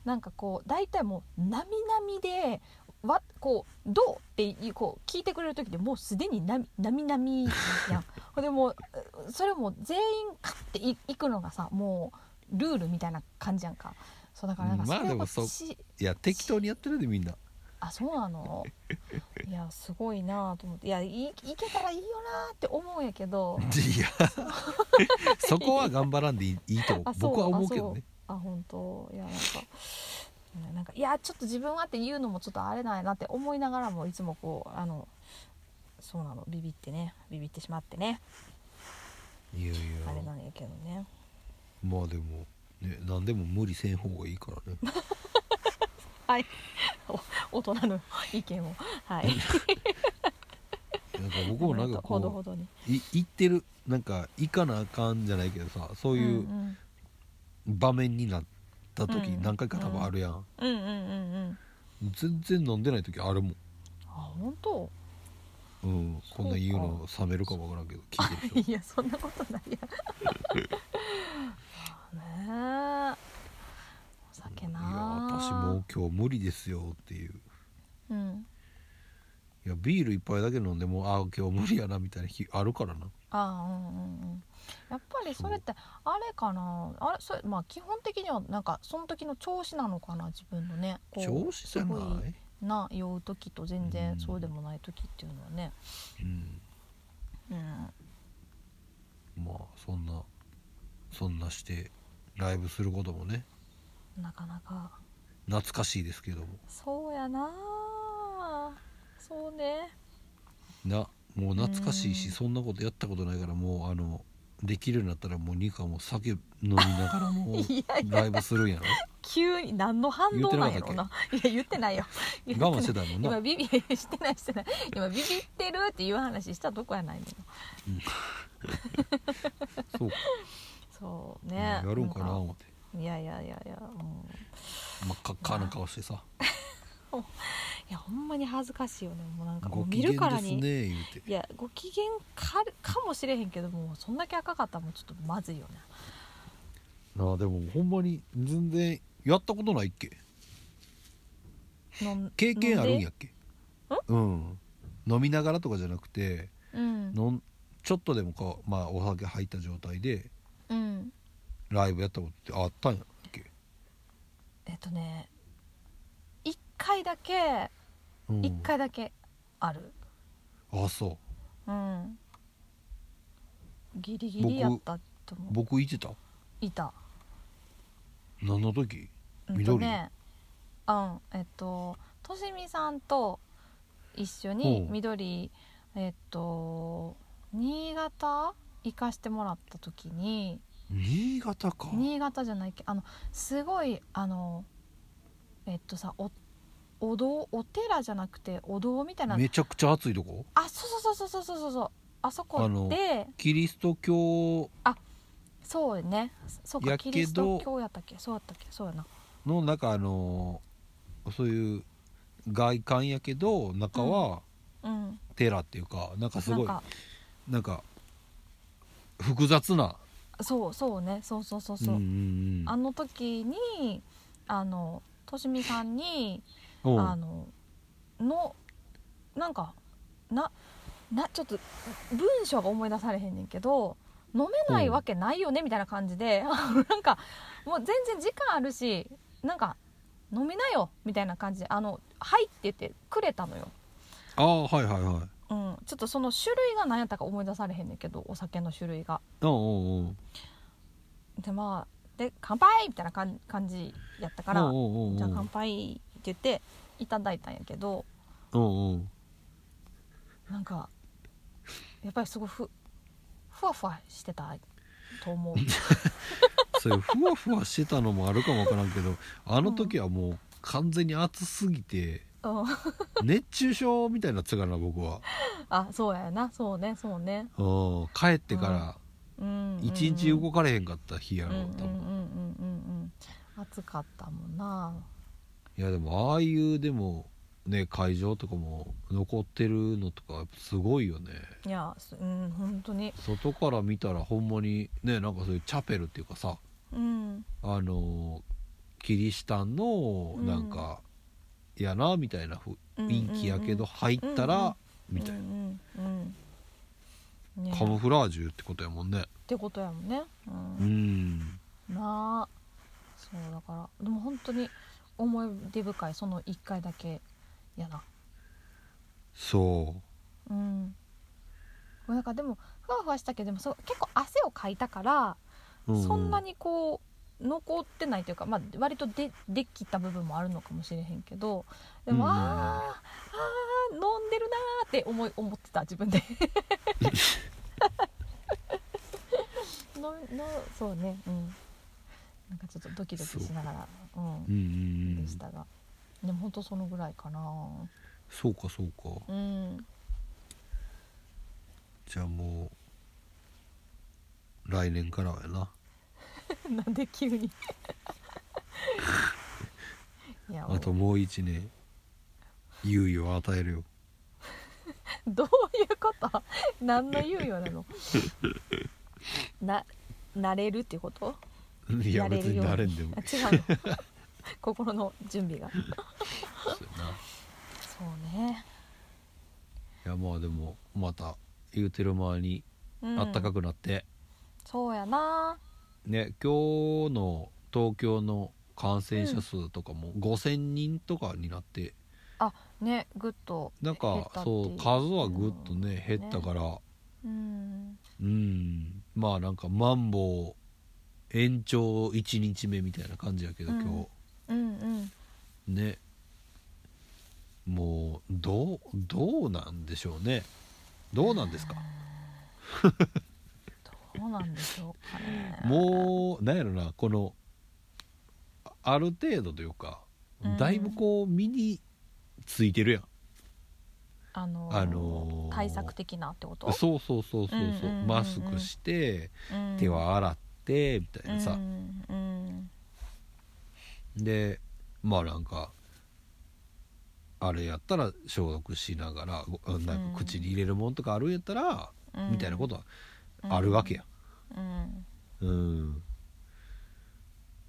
B: なんかこう大体もうなみなみでわこうどうっていうこう聞いてくれる時でもうすでになみ なみなみやんほんでもうそれも全員勝っていいくのがさもうルールみたいな感じやんかそうだからなんか
A: まあ
B: それ
A: で
B: を
A: もそ
B: し
A: いや適当にやってるでみんな
B: あそうなのいやすごいなあと思っていやいいけたらいいよなあって思うんやけ ど
A: いや そこは頑張らんでいいいいと
B: あそう
A: 僕は思うけどね
B: あ本当いやなんかうんなんかいやちょっと自分はって言うのもちょっとあれないなって思いながらもいつもこうあのそうなのビビってねビビってしまってね
A: いやい
B: あれな
A: や
B: んやけどね
A: まあでも、ね、何でも無理せん方がいいから ね
B: はいお大人の意見をはい
A: なんか僕もなんか
B: ほどほ
A: こ
B: どに
A: うい行ってるなんか行かなあかんじゃないけどさそう
B: こ
A: いうん場面になった時
B: うん
A: 何回か多分あるやん、
B: うん、うんうんうんうん
A: 全然飲んでない時あるもん、
B: あ本当
A: うん、こんなん言うの冷めるかもわからんけど聞いてる人
B: いやそんなことないや まあねお 酒
A: い
B: な
A: や
B: あ
A: 私もう今日無理ですよっていう
B: うん
A: いやビール一杯だけ飲んでもうあ今日無理やなみたいな日あるからな
B: ああうんうんうんやっぱりそれってあれかなあれそれまあ基本的にはなんかその時の調子なのかな自分のねこう
A: 調子じゃない
B: すごいな酔う時と全
A: う
B: 然
A: ん
B: そうでもない時っていうのはね
A: うん
B: うん
A: まあそんなそんなしてライブすることもね
B: なかなか
A: 懐かしいですけども
B: そうやなあそうね
A: なもう懐かしいし、
B: うん
A: そんなことやったことないからもうあのできるようになったらもうニカも酒飲みながらもう
B: いやいや
A: ライブするんやろ
B: 急に何の反応なんやろうなないや言ってないよ言ってない
A: 我慢してたもんな
B: 今ビ ビしてないしてない今ビビってるっていう話したとこやないのよ
A: そうか、
B: そうね
A: うんやろうかな
B: なん
A: 思って
B: いやいやいやいや、うん、
A: 真っ赤っかな顔してさ
B: いやほんまに恥ずかしいよねもうな
A: 「
B: んかも
A: ご
B: う
A: 機
B: 見る
A: 嫌
B: から
A: です
B: に、
A: ね」言うて
B: いやご機嫌かかもしれへんけどもうそんだけ赤かったらもうちょっとまずいよね
A: なあでもほんまに全然やったことないっけ
B: 飲ん
A: 経験あるんや
B: 飲
A: っけうん飲みながらとかじゃなくて
B: んで
A: 飲んちょっとでもか、まあ、お酒入った状態で
B: うん、うん、
A: ライブやったことってあったんやっけ、
B: えっとね一回だけ
A: うん
B: 一回だけある
A: あそう
B: うんギリギリやったと思う
A: 僕行ってた
B: いた
A: 何の時
B: うんとねうんえっととしみさんと一緒に
A: ほう
B: 緑えっと新潟行かしてもらった時に
A: 新潟か
B: 新潟じゃないっけあのすごいあのえっとさおお堂お寺じゃなくてお堂みたいな
A: めちゃくちゃ暑いとこ
B: あそうそうそうそうそうそうそうあそ
A: あ
B: こ
A: の
B: で
A: キリスト教
B: そうねそうか
A: やけ
B: キ
A: ど
B: リスト教やったっけそうやったっけそうやな
A: の中あのそういう外観やけど中は
B: うん
A: 寺っていうか、なんかすごい
B: な
A: なんんか複雑な
B: かそうそうねそうそうそうそう、
A: んうんうん
B: あの時にあのとしみさんに
A: うん
B: あののなんかななちょっと文章が思い出されへんねんけど飲めないわけないよねみたいな感じで なんかもう全然時間あるしなんか飲みなよみたいな感じで「あのはい」って言ってくれたのよ、
A: ああはいはいはい
B: うん、ちょっとその種類が何やったか思い出されへんねんけどお酒の種類が。
A: うんうんうん
B: でまあで「乾杯!」みたいな感感じやったから
A: うん
B: 「
A: うんうん
B: じゃあ乾杯」って言っていただいたんやけど
A: うんうん
B: なんかやっぱりすごいふふわふわしてたと思う
A: それふわふわしてたのもあるかもわからんけどあの時はもう完全に暑すぎて
B: うん
A: 熱中症みたいになってたからな僕は
B: あそうやなそうねそうね
A: うん帰ってから
B: うん
A: 一日動かれへんかった日や
B: うん
A: ろ
B: う
A: うん
B: うんうん
A: 多
B: うん
A: 分
B: うんうん暑かったもんない
A: やでもああいうでもね会場とかも残ってるのとかやっぱすごいよね
B: いやすうん本当に
A: 外から見たらほんまにねなんかそういうチャペルっていうかさ
B: うん
A: あのキリシタンの
B: うん
A: なんか、やなみたいなふ雰囲気やけど入ったらみたいな、
B: うんうんうんね
A: カモフラージュってことやもんね
B: ってことやもんねうん
A: うん
B: なあそうだからでも本当に思い出深いその1回だけやな
A: そ
B: うんなんかでもふわふわしたけどでもそう結構汗をかいたから、
A: う、う
B: そんなにこう残ってないというか、まあ、割とでできた部分もあるのかもしれへんけどでも、
A: うんうんうん
B: あーあー飲んでるなーって思い思ってた自分で ののそうねうんなんかちょっとドキドキしながらうん
A: うんうんうん
B: でしたが、でも本当そのぐらいかな
A: そうかそうか
B: うん
A: じゃあもう来年からはやな
B: なんで急 にいや
A: あともう一年猶予を与えるよ
B: どういうこと何の猶予な のな慣れるってこと
A: いや
B: やれ
A: 別
B: る
A: に
B: ように
A: なれんでも
B: あ
A: いい
B: 違うの 心の準備が
A: そうやな
B: そうね、
A: いやまあでもまた言うてる間に
B: うん、
A: あったか
B: く
A: くなって、
B: そうやな
A: ね今日の東京の感染者数とかも5,000人とかになって、
B: ねグッと
A: なんかそう数はぐっとね減ったから、
B: うん
A: うんまあなんかマンボウ延長1日目みたいな感じやけど
B: うん
A: 今
B: うんうん
A: 日、ねもうどうどうなんでしょうねどうなんですか
B: どうなんでしょうかね
A: もうなんやろなこのあある程度というか
B: うん
A: だいぶこう身についてるやん、
B: あのー
A: あのー
B: 対策的なってこと
A: そうそうそうそうそう,、
B: うんうんうんうん
A: マスクして
B: うん
A: 手は洗ってみたいなさ、
B: うんうん
A: でまあなんかあれやったら消毒しながらごなんか口に入れるもんとかあるんやったら、
B: うん
A: みたいなことはあるわけや
B: うん
A: うん、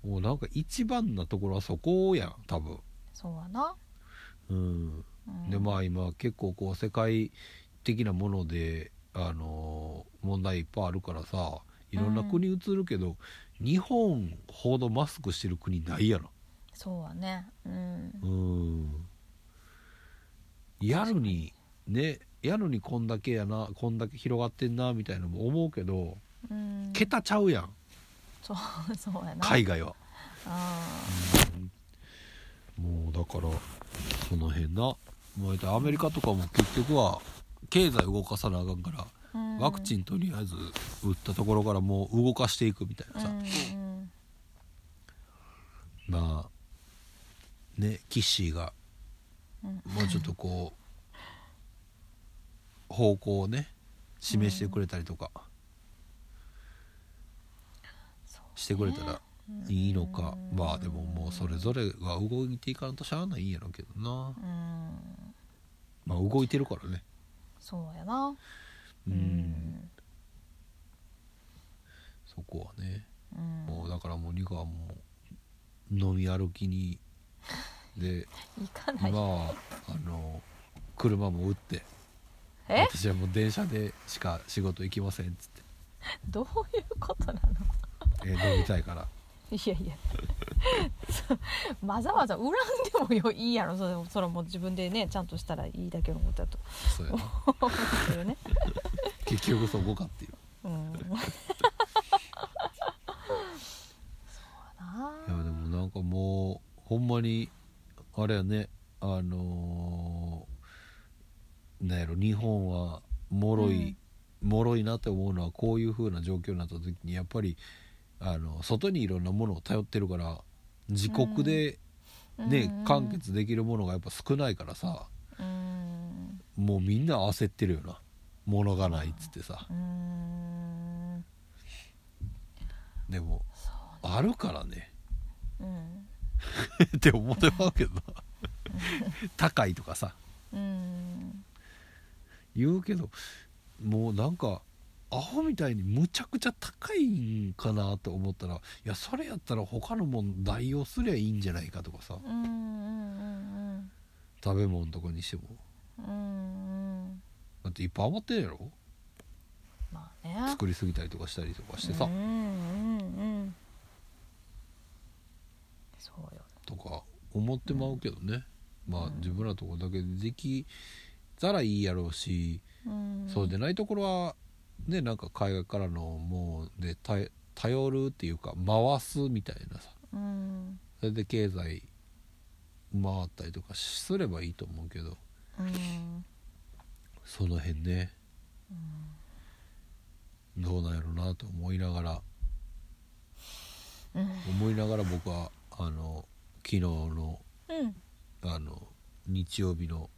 A: もうなんか一番なところはそこやん多分
B: そうやな、
A: うん
B: うん、
A: でまあ今結構こう世界的なものであのー問題いっぱいあるからさいろんな国移るけど、日本ほどマスクしてる国ないやろ
B: そうやねうん
A: うんやるにねやるにこんだけやなこんだけ広がってんなみたいなのも思うけど
B: うん
A: 桁ちゃうやん
B: そうそうやな
A: 海外は、
B: あ
A: もうだからその辺なもうだってアメリカとかも結局は経済動かさなあかんから
B: ーうん
A: ワクチンとりあえず打ったところからもう動かしていくみたいなさ、
B: うん
A: まあねキッシーが
B: うんうん
A: もうちょっとこう方向をね示してくれたりとか
B: そう
A: してくれたらいいのか、まあでももうそれぞれが動いていかんとしゃあないんやろうけどな
B: うん
A: まあ動いてるからね
B: そうやな
A: うん、
B: うん
A: そこはね
B: うん
A: もうだからもうニカはもう飲み歩きに で
B: 行かない
A: 今はあの車も売って
B: え
A: 私はもう電車でしか仕事行きませんっつって。
B: どういうことなの
A: えー飲みたいから
B: いやいやそうわざわざ恨んでもよいいやろそれそれはもう自分でねちゃんとしたらいいだけのことだと
A: そうやな
B: 思うけどね
A: 結局そこかっていう
B: うんそうだ
A: いや
B: な
A: でもなんかもうほんまにあれやねあのーなんやろ日本は脆い、脆いなって思うのはこういう風な状況になった時にやっぱりあの外にいろんなものを頼ってるから自国で、ね
B: うん
A: 完結できるものがやっぱ少ないからさ
B: うん
A: もうみんな焦ってるよな物がないっつってさ
B: うん
A: でも
B: そう
A: あるからね
B: うん
A: って思ってまうけどな高いとかさ
B: うん
A: 言うけどもうなんかアホみたいにむちゃくちゃ高いんかなと思ったらいやそれやったら他のもん代用すりゃいいんじゃないかとかさ
B: うんうん
A: 食べ物とかにしても
B: うんうんうん
A: だっていっぱい余ってるやろ
B: まあね
A: 作りすぎたりとかしたりとかしてさ、
B: うんうんうんそうよ
A: とか思ってまうけどね、まあ
B: うん
A: 自分らとこだけでできたらいいやろうし、
B: うん
A: そうでないところはねなんか海外からのもうで頼頼るっていうか回すみたいなさ
B: うん
A: それで経済回ったりとかすればいいと思うけど
B: うん
A: その辺ねどうなんやろなと思いながら
B: うん
A: 思いながら僕はあの昨日の
B: うん
A: あの日曜日の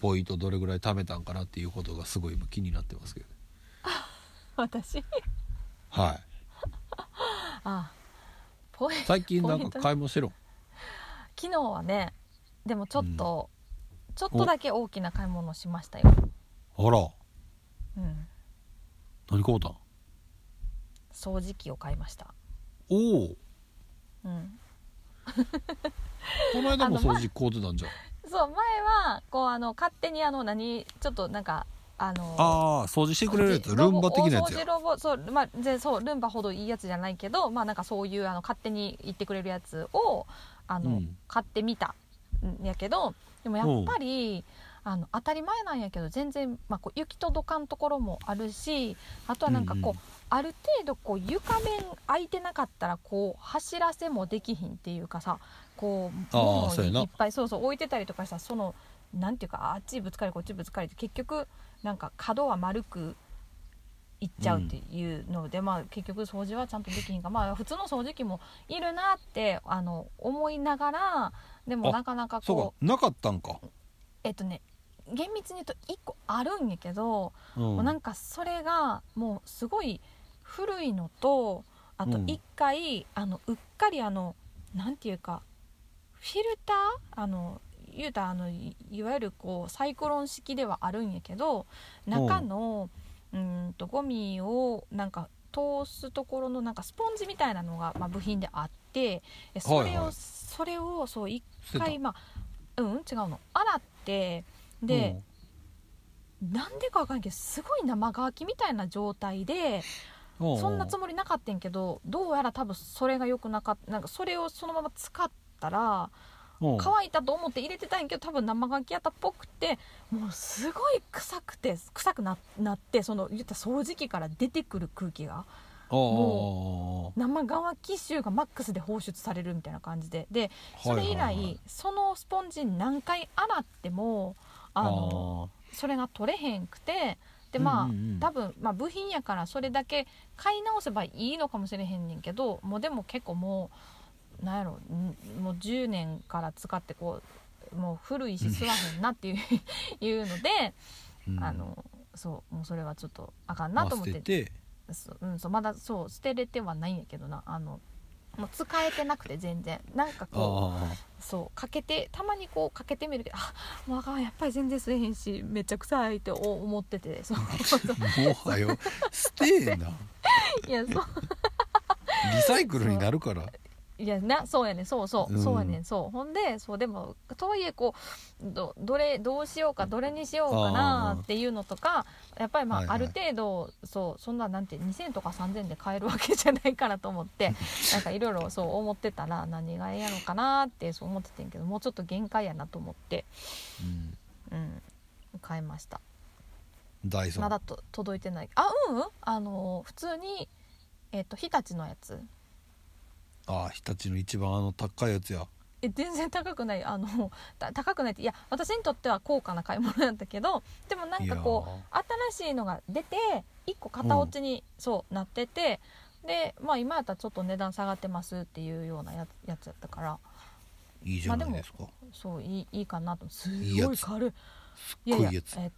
A: ポイントどれぐらい貯めたんかなっていうことがすごい今気になってますけどね
B: 私
A: は
B: あポイ
A: い最近な
B: ポイ
A: ん
B: ント
A: か買い物してるん
B: 昨日はねでもちょっと、ちょっとだけ大きな買い物をしましたよ、
A: あら
B: うん、
A: 何買うたん
B: 掃除機を買いました、
A: おお
B: うん、
A: この間も掃除工うてたんじゃん
B: そう前はこうあの勝手にあの何ちょっとなんかあの
A: ああ掃除してくれるやつルンバ的なやつ
B: 大掃除
A: や
B: ロボそう,、まあ、でそうルンバほどいいやつじゃないけど、まあ、なんかそういうあの勝手に言ってくれるやつをあの、
A: うん
B: 買ってみたんやけどでもやっぱり、あの当たり前なんやけど全然、まあ、こう行き届かんところもあるしあとはなんかこう、
A: うんうん
B: ある程度こう床面空いてなかったらこう走らせもできひんっていうかさこう
A: あー
B: 物を
A: そうやない
B: っぱいそうそう置いてたりとかしたらそのなんていうかあっちぶつかりこっちぶつかりって結局なんか角は丸くいっちゃうっていうので、まあ結局掃除はちゃんとできひんがまあ普通の掃除機もいるなってあの思いながらでも
A: あ
B: なかなか
A: そうか
B: こう
A: なかったんか、
B: えっとね厳密に言うと1個あるんやけど、
A: うん、
B: もうなんかそれがもうすごい古いのとあと
A: うん
B: 一回、あのうっかりあのなんていうかフィルターあの言うたらあのいいわゆるこうサイクロン式ではあるんやけど中のうーんとゴミをなんか通すところのなんかスポンジみたいなのが、まあ、部品であってえそれを、
A: はいはい
B: それをそう一
A: 捨てた
B: 回まあうん違うの洗ってで、なんでかわかんないけどすごい生乾きみたいな状態で
A: うん、う
B: そんなつ
A: も
B: もりなかったんけどどうやら多分それが良くなかったなんかそれをそのまま使ったら
A: り
B: 乾いたと思って入れてたんやけど多分生乾きやったっぽくてもうすごい臭くて臭くななってその言ったら掃除機から出てくる空気が
A: も
B: 生乾き臭がマックスで放出されるみたいな感じででそれ以来そのスポンジ何回洗ってもあのそれが取れへんくてでまあ、
A: うんうんうん
B: 多分、まあ、部品やからそれだけ買い直せばいいのかもしれへんねんけどもうでも結構もうなんやろんもう10年から使ってこうもう古いし吸わへんなっていう いうので、あのそうもうそれはちょっとあかんなと思って
A: まあ捨てて
B: そううん、そうまだそう捨てれてはないんやけどなあのもう使えてなくて全然なんかこう
A: あ
B: そうかけてたまにこうかけてみるけどあもうあかんやっぱり全然吸えへんしめっちゃ臭いってお思ってて そう
A: あもはよ捨てえな
B: いやそう
A: リサイクルになるから
B: いやなそうやねんそうそう、
A: うん
B: そうやねんそうほんでそうでもとはいえこうどどれどうしようかどれにしようかなっていうのとかやっぱりまあ、
A: はいはい
B: ある程度そうそんななんて2,000とか3,000で買えるわけじゃないからと思ってなんかいろいろそう思ってたら何がええやろかなってそう思っててんけどもうちょっと限界やなと思って
A: うん
B: うん買いました。
A: ダイソン
B: まだと届いてないあうんうんあのー普通にえっ、と日立のやつ
A: ああ日立の一番あの高いやつや
B: え全然高くないあの た高くないっていや私にとっては高価な買い物なんだけどでもなんかこう新しいのが出て1個片落ちに、そうなっててでまあ今やったらちょっと値段下がってますっていうようなややつやったから
A: ういいじゃないですか、
B: そういいいいかなとす
A: いいや
B: ごい
A: つ
B: 軽い
A: す
B: い
A: っご
B: や
A: い
B: いや
A: やつ
B: え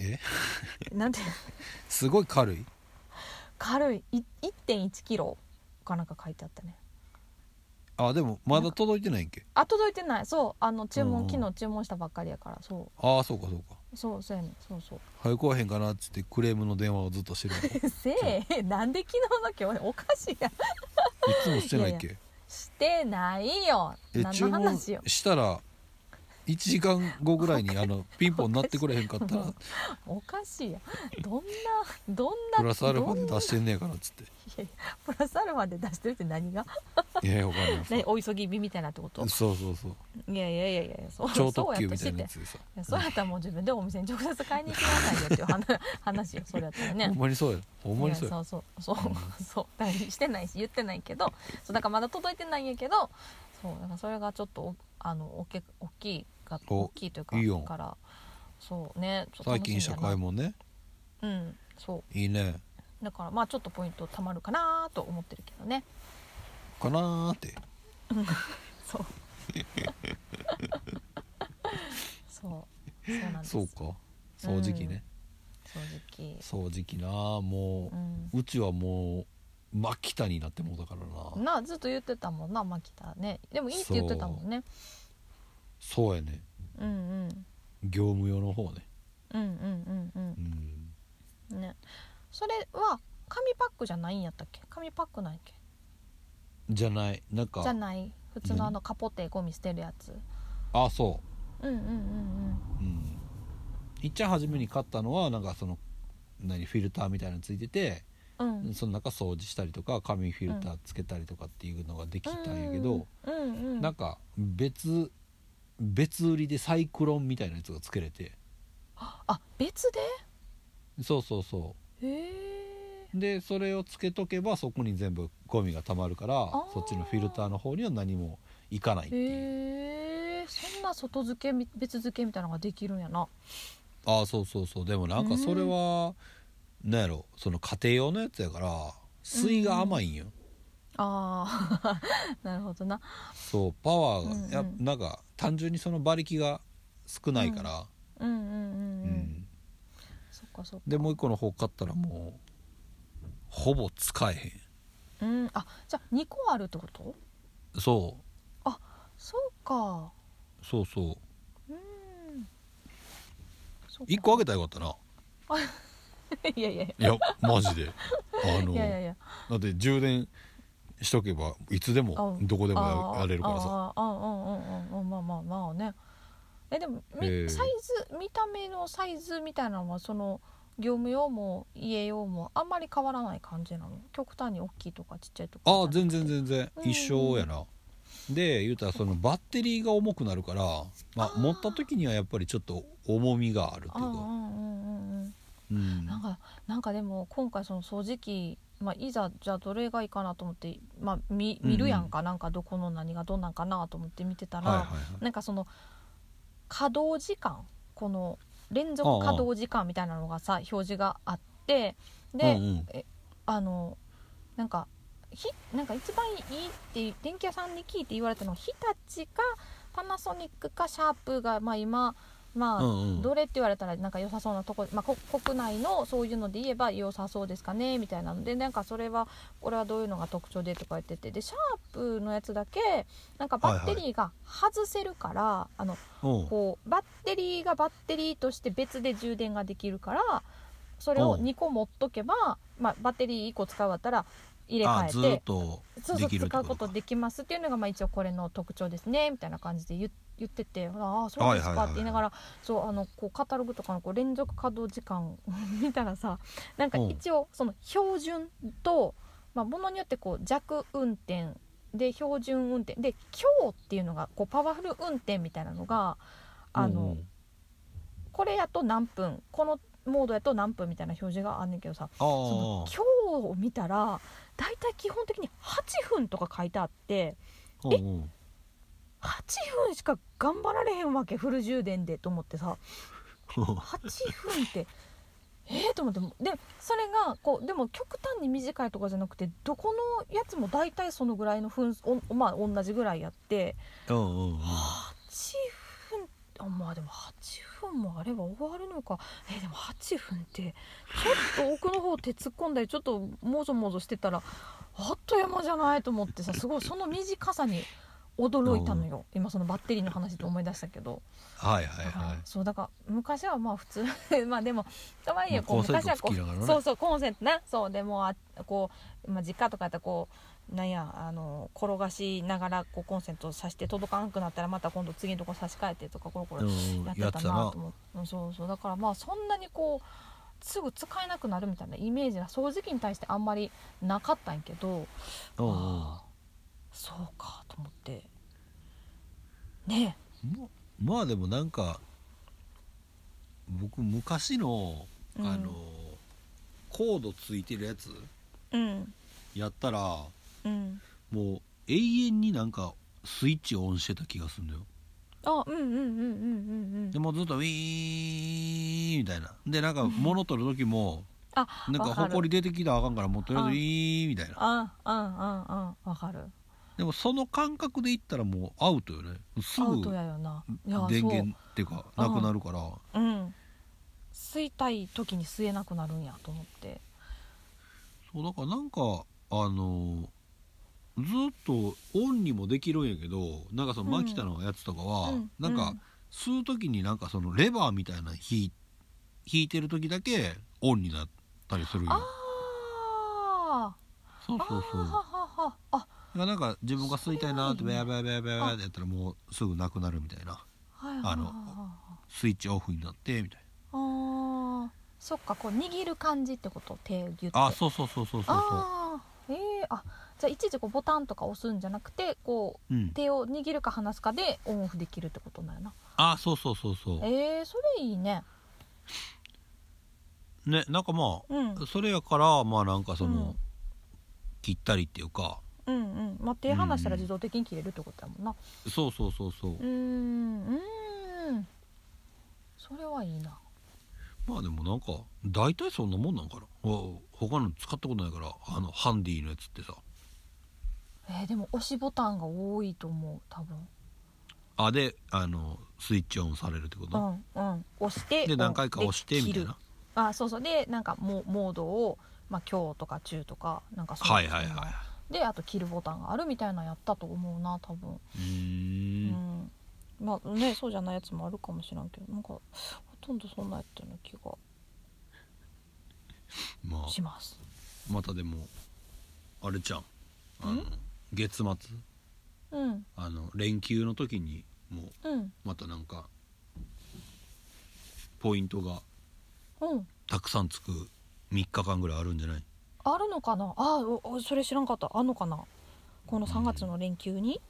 A: え
B: なんて
A: すごい軽い
B: 軽いい1.1キロかなんか書いてあったね
A: あでもまだ届いてないんけ
B: あ届いてないそうあの注
A: うんう
B: 文
A: ん
B: 昨日注文したばっかりやからそ
A: ああそうかそうか
B: うそうそうやねんそうそう
A: 早く来おへんかなっつってクレームの電話をずっと してるい
B: せえなんで昨日の今日おかしいやん
A: つもしてないっけ
B: してないよ
A: え
B: 何
A: 注
B: の
A: 文
B: 話よ
A: したら1時間後ぐらいにあのピンポン鳴ってくれへんかったら
B: おかしいやんどんなどんな
A: プラスアルファで
B: どん
A: 出してんねやからっつっ
B: いやいやプラスアルファで出してるって何が
A: ていやいやわかんない
B: 何お急ぎ日みたいなってこと
A: そうそうそう
B: いやいやいやいやそう
A: 超特
B: そう
A: 急みた
B: やとして
A: いな
B: て
A: やつでさ
B: いやそうやったらもう自分でお店に直接買いに行きなさいよっていう話話よそれやったらね
A: ほんまにそうやほんまにそう
B: い
A: や
B: やそうそうそうそうだからしてないし言ってないけどそうだからまだ届いてないんやけどそうだからそれがちょっとおあのおけ大きいが
A: お
B: 大きいというか
A: いいよ
B: からそうねちょっと
A: 最近社会
B: も
A: もね
B: うんそ
A: いいね
B: うだからまあちょっとポイントたまるかなと思ってるけどね
A: かなーって
B: そうそうそうなんです
A: そうか掃除機ね、
B: 正直
A: 掃除機なあも
B: う
A: う、うちはもう真北になってもうだから
B: ん
A: な
B: なあずっと言ってたもんなマキタねでもいいって言ってたもんね
A: そうやね
B: うんうん
A: 業務用の方ね
B: うんうんうんうん
A: うん
B: ねそれは紙パックじゃないんやったっけ紙パックなんやっけ
A: じゃないなんか
B: じゃない普通のあのカポテゴミ捨てるやつ
A: あそう
B: うんうんうんうん
A: うん、いっちゃん初めに買ったのはなんかその何フィルターみたいなのついてて、
B: うんうん
A: その中掃除したりとか紙フィルターつけたりとかっていうのができたんやけど、
B: うんうん
A: なんか別別売りでサイクロンみたいなやつがつけれて
B: あ別で
A: そうそうそ
B: へえ
A: うでそれをつけとけばそこに全部ゴミがたまるから
B: ー
A: そっちのフィルターの方には何もいかないっていう、
B: へえそんな外付けみ別付けみたいなのができるんやな
A: ああそうそうそうでもなんかそれは、なんやろその家庭用のやつやから水が甘いんよ、
B: あー なるほどな
A: そうパワーが、
B: うんうん
A: やっぱなんか単純にその馬力が少ないから、
B: うんうんうん
A: う
B: うんん、そっかそっか
A: でもう一個の方買ったらもうほぼ使えへ
B: うんあじゃあ2個あるってこと
A: んそ
B: そうか
A: うそうそう
B: うんそうか
A: 一個あげたらよかったな
B: いやいやい
A: いやマジ であの
B: やいやいや
A: だって充電しとけばいつでも
B: あ
A: どこでも
B: あー
A: ややれるからさ
B: あーあーうんうんうんうんまあまあまあねえでもみ
A: えー
B: サイズ見た目のサイズみたいなのはその業務用も家用もあんまり変わらない感じなの極端に大きいとかちっちゃいとか
A: ああ全然全然
B: うん
A: 一緒やな、で言うたらそのバッテリーが重くなるから、まあ、持った時にはやっぱりちょっと重みがあるって
B: あ
A: い
B: ー
A: う
B: うん
A: か
B: うんうんうん
A: うん
B: なんかなんかでも今回その掃除機、まあ、いざじゃあどれがいいかなと思って、まあ、見見るやんか、なんかどこの何がどんなんかなと思って見てたら、
A: はいはいはい
B: なんかその稼働時間この連続稼働時間みたいなのがさ表示があってで、
A: うんうん
B: あのなんかひなんか一番いいって電気屋さんに聞いて言われたのは日立かパナソニックかシャープが、まあ、今まあ、
A: うんうん
B: どれって言われたらなんか良さそうなとこ、まあ、こ国内のそういうので言えば良さそうですかねみたいなのでなんかそれはこれはどういうのが特徴でとか言っててでシャープのやつだけなんかバッテリーが外せるから、あの
A: うん
B: こうバッテリーがバッテリーとして別で充電ができるからそれを
A: うん
B: 2個持っとけば、まあ、バッテリー1個使うわったら入れ
A: あ
B: 替えて
A: ずーっと
B: そうそ
A: で
B: う
A: きるって
B: 使う
A: こ
B: ことと
A: か
B: できますっていうのがまあ一応これの特徴ですねみたいな感じで言言ってて「ああそうです
A: はい
B: か」
A: はいはいはい
B: って言いながらそうあのこうカタログとかのこう連続稼働時間 見たらさなんか
A: うん
B: 一応その標準と、まあ、ものによってこう弱運転で標準運転で強っていうのがこうパワフル運転みたいなのがあの、
A: うんうん
B: これやと何分このモードやと何分みたいな表示があんねんけどさ
A: あ
B: その
A: ー
B: 今日を見たら大体基本的に8分とか書いてあって
A: うん うん
B: 8分しか頑張られへんわけフル充電でと思ってさ8分って ええと思ってでそれがこうでも極端に短いとかじゃなくてどこのやつも大体そのぐらいの分数おまあ同じぐらいやって
A: うんうんうん
B: 8分あまあでも8分もあれば終わるのかえでも8分ってちょっと奥の方手突っ込んだりちょっともぞもぞしてたらあっという間じゃないと思ってさすごいその短さに驚いたのよ今そのバッテリーの話で思い出したけど、
A: はいはい
B: だから
A: はい
B: そうだから昔はまあ普通 まあでもとはいえ
A: まあ
B: こ
A: コン
B: う
A: セン
B: 昔
A: ト
B: は
A: つ
B: こ
A: き
B: う
A: ながらね
B: そうそうコンセントなそうでもうあこう、まあ、実家とかやったらこうなんやあの転がしながらこうコンセントさして届かなくなったらまた今度次のとこ差し替えてとかコロコ
A: う
B: ロ
A: んうん
B: や
A: や
B: って
A: って
B: た
A: た
B: な
A: な
B: と思って、うんそうそうだからまあそんなにこうすぐ使えなくなるみたいなイメージが掃除機に対してあんまりなかったんやけど
A: うんうん
B: あーそうかと思ってね
A: ままあでもなんか僕昔の
B: え、
A: あのコードついてるやつ
B: うん
A: やったら
B: うん
A: もう永遠になんかスイッチオンしてた気がするんだよ
B: あうんうんうんうんうんう
A: で
B: ん
A: もうずっとウィーンみたいなでなんか物取る時も
B: あ
A: なんか
B: わかる
A: 埃出てきたらあかんからもうとりあえず
B: あ
A: ウィーンみたいな
B: あうんうんうんわかる
A: でもその感覚でいったらもうアウトよねす
B: ア
A: ぐ
B: ウトやよないや
A: 電源っていうか
B: う
A: なくなるから
B: そううん吸いたい時に吸えなくなるんやと思って
A: そうだからなんかあのずっとオンにもできるんやけどなんかその
B: うん
A: 牧田のやつとかは、
B: うん
A: なんか、吸う時になんかそのレバーみたいなの引い引いてる時だけオンになったりするん
B: あ
A: よ
B: あ
A: そう
B: あ
A: そうそう
B: あーはははあ
A: なんか自分が吸いたいなーって
B: それ
A: ベ
B: いい
A: ア
B: ね
A: ベアベアベアってやったらもうすぐなくなるみたいな
B: はいはいはいはい
A: あのスイッチオフになってみたい
B: あーそっかこう握る感じってこと手をギュッて
A: なあそうそうそうそうそうそう
B: あーえー、あじゃあいちいちこうボタンとか押すんじゃなくてこ
A: うん
B: う、手を握るか離すかでオンオフできるってことなんやな
A: あそうそうそうそ
B: えー、それいいね
A: うねなんかま
B: うん
A: あそれやからまあなんかその、
B: うん
A: 切ったりっていうか
B: うんうんまあ手離したら自動的に切れるってことやもんな
A: そうそうそうそう、
B: うーんうーんそれはいいな
A: まあでもなんか大体そんなもんなんかなほ他の使ったことないからあのハンディのやつってさ
B: えー、でも押しボタンが多いと思う多分
A: あであのスイッチオンされるってこ
B: う
A: と、
B: んうん押して
A: で何回か
B: うん
A: 押して
B: で
A: みたい
B: 切る
A: な
B: あそうそうでなんかモモードを、まあ、強とか中とかなんかそう
A: はいはいはい
B: であと切るボタンがあるみたいなのやったと思うな多分
A: うー
B: うんん、まあねそうじゃないやつもあるかもしらんけどなんかほとんどそんなやったような気が
A: ま
B: し
A: あ
B: ます
A: またでもあれじゃんあの
B: ん
A: 月末
B: うん
A: あの連休の時にもう
B: うん
A: またなんかポイントが
B: うん
A: たくさんつく3日間ぐらいあるんじゃない
B: あるのかなあおおそれ知らんかったあんのかなこの3月の連休に、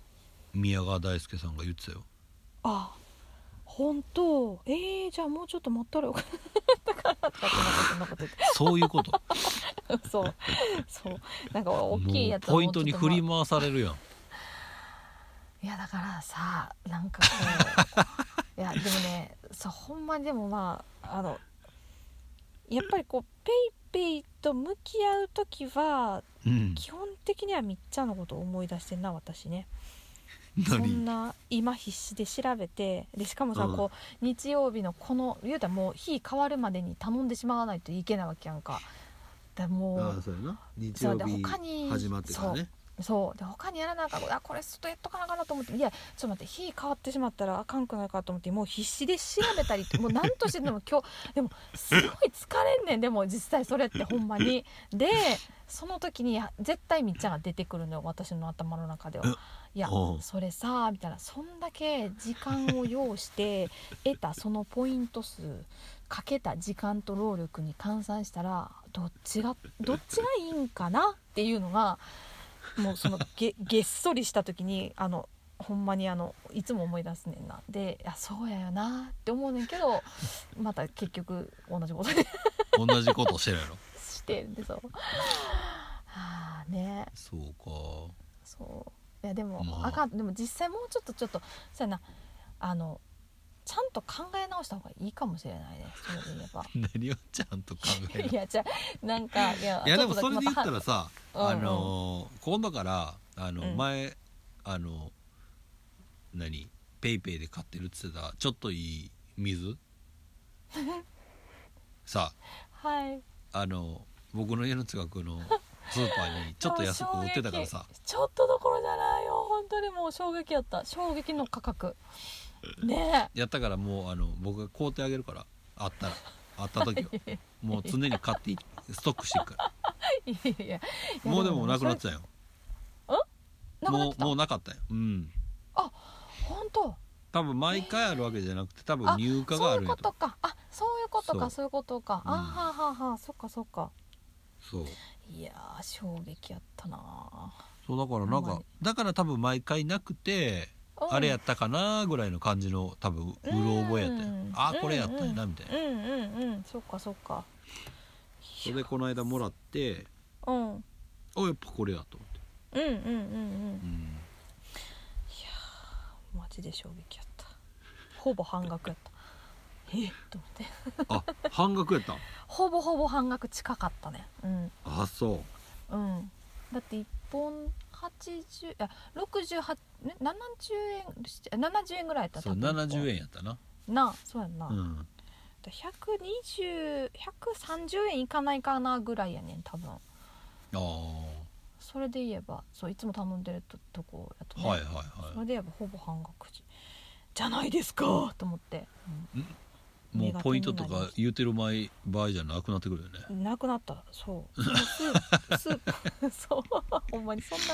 A: 宮川大輔さんが言ってたよ
B: あ本当えー、じゃあもうちょっと待ったらよか ったかなとかそんなことそんなこと言って
A: そういうこと
B: そうそうなんか 大きいやつは
A: もうポイ
B: も
A: ン
B: うち
A: ト
B: ょっと
A: に振り回されるやん
B: いやだからさなんかこ ういやでもねそうほんまにでもまああのやっぱりこうペイペイと向き合う時は
A: うん
B: 基本的にはみっちゃんのことを思い出してんな私ねそん
A: 何
B: な今必死で調べてでしかもさ、
A: うん
B: こう日曜日のこの言うたらもう日変わるまでに頼んでしまわないといけないわけやんか。だからもう
A: ああそうやな日
B: そう
A: 曜
B: で
A: 日
B: 他に
A: 始まってからね
B: そうで他にやらなあかんあこれちょっとやっとかなあかんなと思っていやちょっと待って火変わってしまったらあかんくなるかと思ってもう必死で調べたり もう何としてでも今日でもすごい疲れんねんでも実際それってほんまにでその時に絶対みっちゃんが出てくるのよ私の頭の中では
A: え。
B: いや
A: おう
B: それさみたいなそんだけ時間を要して 得たそのポイント数かけた時間と労力に換算したらどっちがどっちがいいんかなっていうのがもうそのげげっそりした時にあのほんまにあのいつも思い出すねんなでいやそうやよなって思うねんけど また結局同じことで
A: 同じことしてるやろ
B: してでそうああね
A: そうか
B: そういやでも、
A: まあ
B: あ、かんでも実際もうちょっとちょっとそうやなあのちゃんと考え直した方がいいかもしれないねそういえば
A: 何をちゃんと考えない
B: いやじゃあなんかいや
A: いや
B: ち
A: で
B: ょ
A: も
B: と
A: それで言った
B: ま
A: らさ、
B: うんうん
A: あのー今度からあの
B: うん
A: 前、あの何ペイペイで買ってるっつってたちょっといい 水さ
B: たはい
A: あの僕の家の近くのスーパ ーにちょっと安く売ってたからさ
B: もう衝撃ちょっとどころじゃないよ本当にもう衝撃やった衝撃の価格ね
A: やったからもうあの僕が買うてあげるからあったらあった 時は
B: え
A: もう常に買っていストックしていくか
B: いやいやいや
A: らもうでもなくなって
B: た
A: たよ
B: なくなっ
A: も
B: て
A: う
B: た
A: もうなかったようん
B: 本当
A: 多分毎回あるわけじゃなくて多分
B: あ
A: 入荷が
B: そ
A: あ
B: う
A: るん
B: いう
A: や
B: こととかあそういうこと
A: そう
B: かそういうことか、
A: うん
B: あははははそっかそっか
A: そう
B: いやー衝撃やったな
A: そうだからなん
B: ほんま
A: か
B: に
A: だから多分毎回なくて、
B: ーうん
A: あれやったかなぐらいの感じの多分うろ覚えやったよ、
B: うん
A: あこれやったよな
B: うん
A: みたいな、
B: うんうんうんそっかそっか
A: それでこの間もらって
B: うんうん
A: あやっぱこれやと思って、
B: うんうんうん
A: うん、
B: マジで衝撃やったほぼ半額やったえっと思って
A: あ 半額やった
B: ほぼほぼ半額近かったねうん
A: あそう
B: うんだって1本80いや68ね70円し70円ぐらいやった
A: そう70円やったな
B: 円なあそうやんな、
A: うん
B: 120130円いかないかなぐらいやねん多分
A: ああ
B: それで言えばそういつも頼んでるととこやとね、
A: はいはい
B: そ
A: は
B: れで言えばほぼ半額じじゃないですかと思って、
A: いもうポイントと
B: 苦手になりま
A: か
B: し
A: 言うてる場合場合じゃなくなってくるよね
B: うんなくなった そうそのスースープ そうほんまにそんな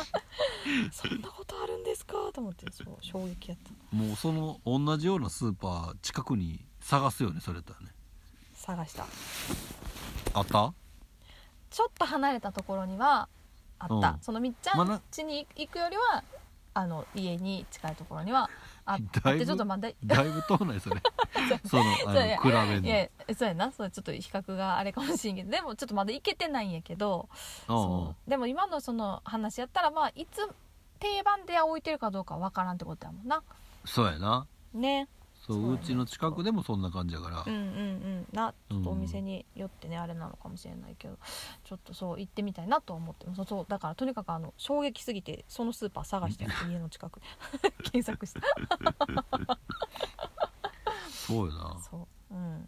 B: そんなことあるんですかと思ってそう衝撃やった
A: もうその同じようなスーパー近くに探すよねそれやったらね
B: 探した
A: あった
B: ちょっと離れたところにはあった、
A: うん
B: そのみっちゃ
A: まあ
B: ん
A: な
B: 家に行くよりはあの家に近いところにはあっ
A: だ
B: あ
A: いぶ
B: ってちょっとまだい
A: だいぶ遠ない それそのあ
B: そうや
A: の比べんの
B: やそうやなそれちょっと比較があれかもしれんけどでもちょっとまだ行けてないんやけど
A: うんうん
B: そうでも今のその話やったらまあいつ定番で置いてるかどうかわからんってことやもんな
A: そうやな
B: ね
A: そう
B: そううやね
A: ちの近くでもそんな感じやから、
B: うんうんうんなちょっとお店
A: うん
B: によってね、あれなのかもしれないけどちょっとそう行ってみたいなとは思ってますそうそうだからとにかくあの衝撃すぎてそのスーパー探して家の近く 検索して
A: そうやな
B: そううん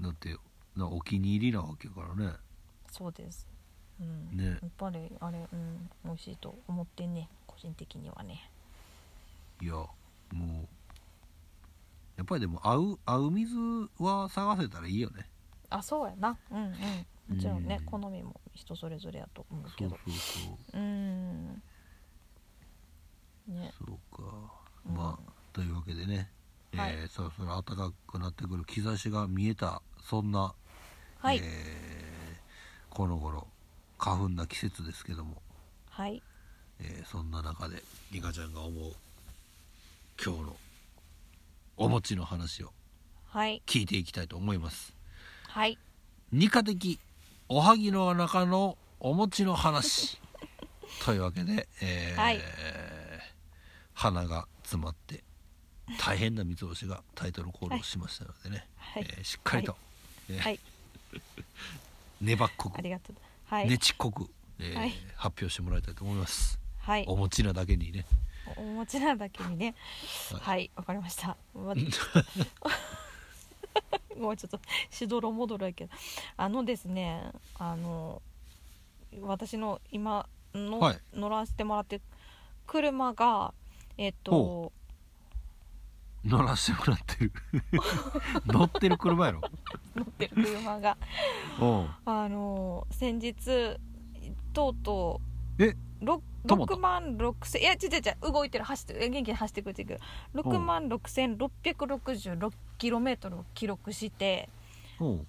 A: だってなお気に入りなわけやからね
B: そうですうん、
A: ね
B: やっぱりあれうん美味しいと思ってね個人的にはね
A: いやもうやっぱりでも合う合う水は探せたらいいよね
B: あそうやなうんうんもちろんね、
A: うん
B: 好みも人それぞれやと思うけ
A: そう
B: ど
A: そうそう
B: うんね
A: そうか、
B: うん
A: まあというわけでね、
B: はい
A: えーそろそろ暖かくなってくる兆しが見えたそんな、
B: はい、
A: えーこの頃花粉な季節ですけども、
B: はい
A: えーそんな中でリカちゃんが思う今日のお餅の話を
B: はい
A: 聞いていきたいと思います。
B: はい
A: 二課的おはぎの中のお餅の 話というわけで、えー
B: はい
A: 花が詰まって大変な三つ星がタイトルコールをしましたのでね、
B: はい
A: えーしっかりと、えー
B: はい
A: 粘っこく
B: ありがとうはい、
A: ねちっこく、えー
B: はい
A: 発表してもらいたいと思います、
B: はい
A: お餅なだけにね
B: おお持ちなだけにね
A: はい
B: はいわ、かりました、ま、 もうちょっとしどろもどろやけどあのですねあの私の今の、
A: はい
B: 乗らせてもらってる車がえっと
A: ほ乗らせてもらってる 乗ってる車や ろ
B: 乗ってる車が
A: うん
B: あの先日とうとう
A: え
B: ろ
A: 止まった
B: 6万6千いや違う違う違う動いてる走ってるいや元気に走ってくれてるけど
A: うん
B: 6万6666キロメートルを記録して
A: うん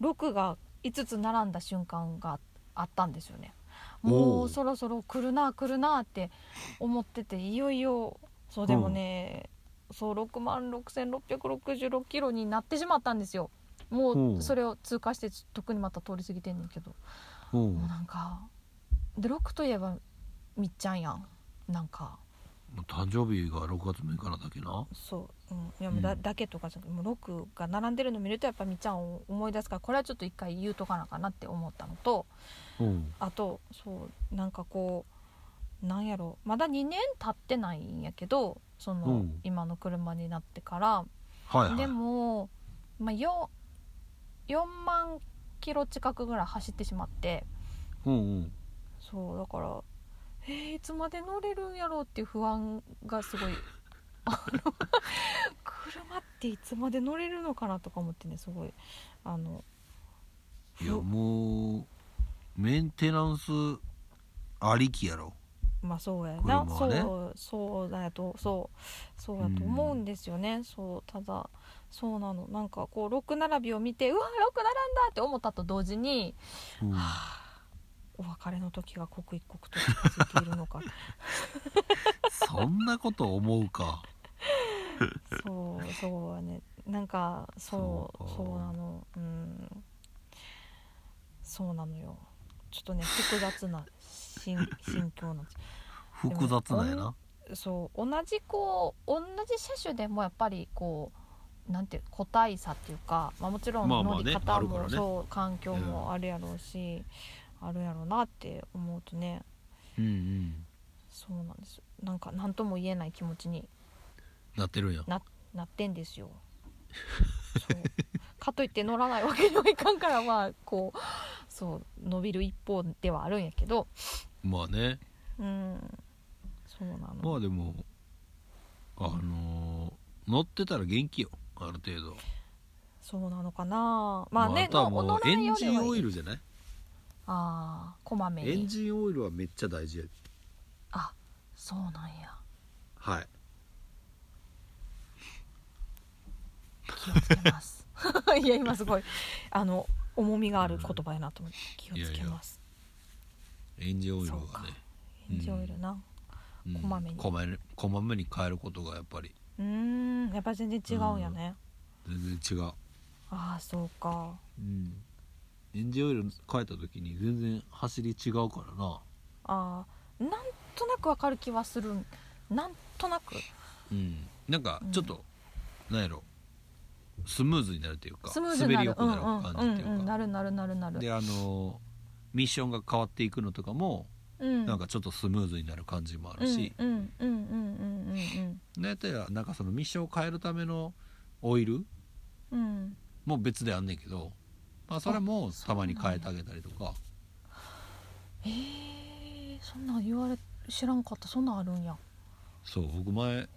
B: 6が5つ並んだ瞬間があったんですよね
A: お
B: も
A: う
B: うそろそろ来るな来るなって思ってていよいよそうでもね、そう6万6666キロになってしまったんですよも
A: お
B: う
A: う
B: それを通過してとっくにまた通り過ぎてんねんけど
A: うん
B: もうなんかでロックといえばみっちゃんやんなんか
A: 誕生日が6月6日なだけな
B: そう、うん、いやもうだ,、
A: うん
B: だけとかじゃなくてもうロックが並んでるの見るとやっぱみっちゃんを思い出すからこれはちょっと一回言うとかなあかんなって思ったのと
A: うん
B: あとそうなんかこうなんやろまだ2年経ってないんやけどその、
A: うん
B: 今の車になってから
A: はいはい
B: でも、まあ、よ4万キロ近くぐらい走ってしまって。
A: うんうん
B: そうだからえーいつまで乗れるんやろうっていう不安がすごいあの 車っていつまで乗れるのかなとか思ってねすごいあの
A: いや
B: ふ
A: もうメンテナンスありきやろ
B: まあそうやな、
A: 車はね
B: そうそうだとそうそうやと思うんですよね、そうただそうなのなんかこう6並びを見てうわ6並んだって思ったと同時に
A: うん、
B: お別れの時が刻一刻と近づいているのか
A: そんなこと思うか
B: そうそうやねなんかそう
A: そう
B: そ
A: か
B: うなのうんそうなのよちょっとね複雑な 心心境なんで
A: 複雑なん やな
B: すそう同じこう同じ車種でもやっぱりこうなんていう個体差っていうか、まあ、もちろん
A: まあまあ
B: 乗
A: ね
B: り
A: あ
B: 方
A: るか
B: も、
A: らね
B: そう環境もあるやろうし、あるやろうなって思うとね
A: うんうん
B: そうなんですなんか何とも言えない気持ちに
A: なってるんや
B: ななってんですよそうかといって乗らないわけにはいかんからまあこうそう伸びる一方ではあるんやけど
A: まあね
B: うんそうなの、
A: まあでもあのー乗ってたら元気よある程度
B: そうなのかなまあね、
A: あとはも
B: の
A: うエンジンオイ
B: ル
A: ルじゃない
B: ああこまめ
A: エン
B: に
A: ジンオイルはめっちゃ大事や
B: あそうなんや
A: はい
B: 気をつけます いや今すごいあの重みがある言葉やなと思って気をつけます
A: エンジンオイルがね
B: そうかエンジンオイルな
A: うん
B: こまめに
A: こまめこまめに変えることがやっぱり
B: うーんやっぱ全然違うんやね、
A: 全然違う、
B: ああそうか
A: うん、エンジンオイル変えた時に全然走り違うからな
B: ああなんとなくわかる気はするんなんとなく
A: うんなんかちょっと、なんやろスムーズになるというか
B: スムーズにな
A: 滑りよ
B: る
A: く
B: うん
A: な
B: う
A: る
B: んう
A: 感
B: ん
A: じというか、
B: うんなるなるなるなる
A: であのミッションが変わっていくのとかも、
B: うん
A: なんかちょっとスムーズになる感じもあるし、
B: うんうんうんうんうんうん
A: なんやったらなんかそのミッションを変えるためのオイル
B: うんうん
A: も別であんねんけど、まあ、それも
B: あ
A: たまに変えてあげたりとか
B: えー、そんなん言われ知らんかったそんなんある んや
A: そう僕前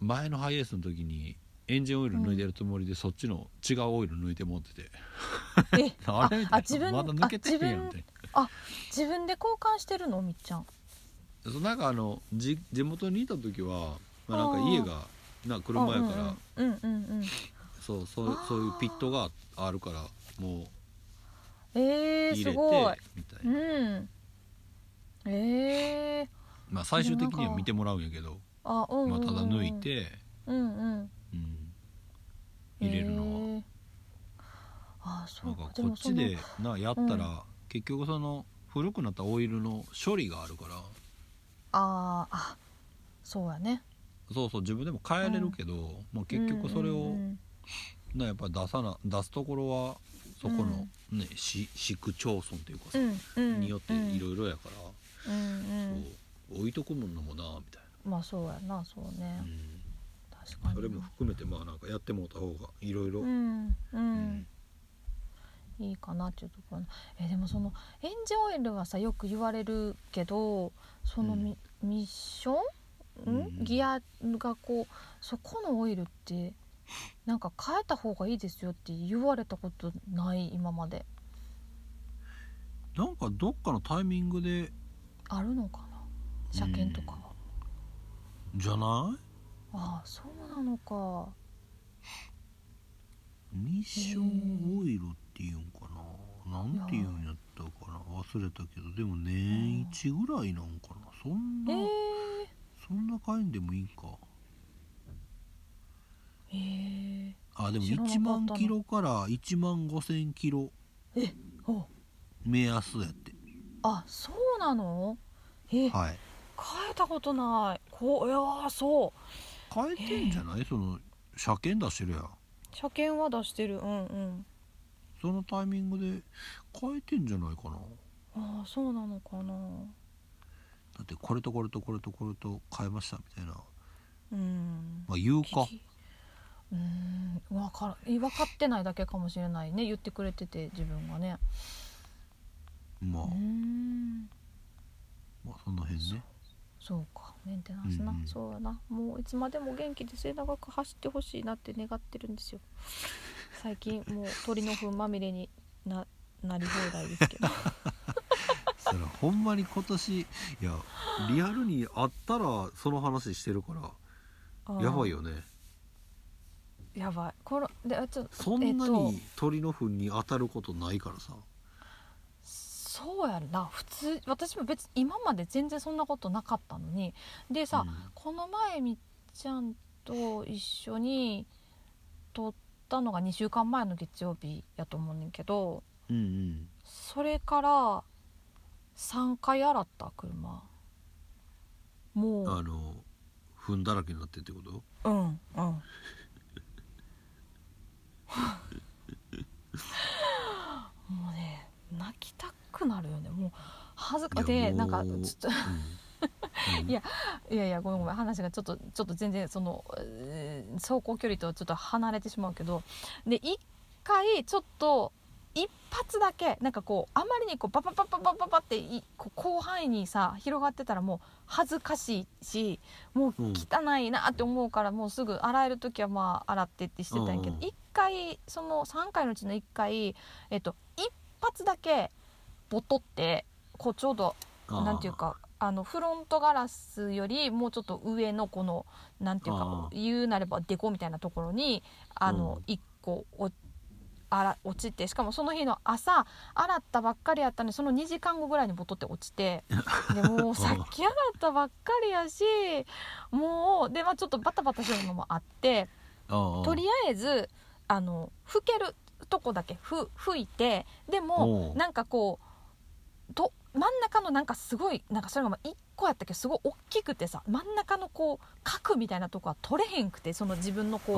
A: 前のハイエースの時にエンジンオイル抜いてるつもりで、そっちの違うオイル抜いて持ってて
B: え
A: あれみ
B: あ
A: た
B: 自
A: いな
B: 分
A: まだ抜けてへんや
B: あ
A: んみ
B: 自
A: たい
B: 分自分で交換してるのみっちゃん
A: なそうなんかあのじ地元にいた時は、まあ、なんか家がなんか車やから、
B: うんうんうん、うんうん
A: そうそう
B: あー
A: そういうピットがあるからも
B: うん、え
A: う入
B: ー、
A: れ
B: す
A: て
B: ごい
A: みたいうな、
B: んえー、
A: まあ、最終的に
B: でもなん
A: は
B: か
A: 見てもらうんやけど、
B: あうんうん
A: ま
B: う
A: あ、
B: ん、
A: ただ抜いて、
B: うんうん
A: うん、入れるのは。
B: えーあそ
A: な
B: うんか
A: か
B: で
A: こ
B: も
A: っ
B: そ
A: ち
B: の
A: でなやったら、
B: う
A: 結局その古くなったオイルの処理があるから
B: あーあそうやね
A: そうそう自分でも変えれるけど、まあ、結局それ
B: うんう
A: を
B: んうん
A: なやっぱ出さな出すところはそこの、ね市市区町村というかさ、
B: うんうん
A: によっていろいろやから、
B: うんうん
A: そう置いとくもんのもなみたい
B: まあそうやなそうね
A: な、うん
B: 確かに
A: それも含めてまあなんかやってもうた方がいろいろ
B: うんう
A: うんん
B: いいかなっていうところえでもそのエンジンオイルはさよく言われるけどそのミ,、ミッション、ん
A: うん
B: ギアがこうそこのオイルってなんか変えた方がいいですよって言われたことない今まで
A: なんかどっかのタイミングで
B: あるのかな車検とかは、
A: じゃない
B: ああそうなのか
A: ミッションオイルっていうんかな、なんていうんやったかな忘れたけどでも年一ぐらいなんかなそんな、
B: えー、
A: そんな買えんでもいいんか
B: えー、
A: あでも
B: 知らなかった
A: 1
B: な
A: 万キロから1万5千キロ
B: お
A: 目安やって
B: あそうなのえ
A: はい
B: 変えたことないこういやーそう
A: 変えてんじゃないその車検出してるやん
B: 車検は出してるうんうん
A: そのタイミングで変えてんじゃないかな
B: ああそうなのかな
A: だってこれとこれとこれとこれと変えましたみたいな
B: うん
A: まあ言う
B: 聞
A: か
B: きうん分から分かってないだけかもしれないね言ってくれてて自分がね
A: まあ
B: う、ん
A: まあその辺ね
B: そうかメンテナンスな、
A: うんうん
B: そうやなもういつまでも元気で末永く走ってほしいなって願ってる んですよ最近もう鳥の糞まみれにななり放題ですけど
A: それほんまに今年いやリアルにあったらその話してるから
B: あ ー
A: やばいよね
B: やばいこれであちょっと
A: そんな
B: えっ
A: に
B: と、
A: 鳥の糞に当たることないからさ
B: そうやるな普通私も別に今まで全然そんなことなかったのにでさ、
A: うん
B: この前みっちゃんと一緒に撮ったのが2週間前の月曜日やと思うねんけど
A: うんうん
B: それから3回洗った車もう
A: あの糞だらけになってってこと
B: うんうんもうね泣きたくなるよねもう恥ずか
A: いや
B: で
A: もう
B: なんかちょっと
A: うんうん
B: いや いやいやごめんごめん話がちょっとちょっと全然その、えー走行距離とはちょっと離れてしまうけどで一回ちょっと一発だけなんかこうあまりにこうバババババババっていこう広範囲にさ広がってたらもう恥ずかしいしもう
A: うん
B: 汚いなって思うからもうすぐ洗える時はまあ洗ってってしてたんやけ
A: う
B: ど
A: んうん
B: 一回その3回のうちの1回、えっと、一発だけボトってこうちょうど
A: あー
B: なんていうかあのフロントガラスよりもうちょっと上のこのなんていうか
A: あー
B: 言うなればデコみたいなところにあの
A: うん
B: 一個おあら落ちてしかもその日の朝洗ったばっかりやったのにその2時間後ぐらいにボトって落 ちてでもうさっき洗ったばっかりやしもうで、まあ、ちょっとバタバタするのもあって
A: ああ
B: とりあえずあの拭けるとこだけふ拭いてでも
A: おう
B: なんかこうと真ん中のなんかすごいなんかそれがまあ1個やったけどすごい大きくてさ真ん中のこう角みたいなとこは取れへんくてその自分のこ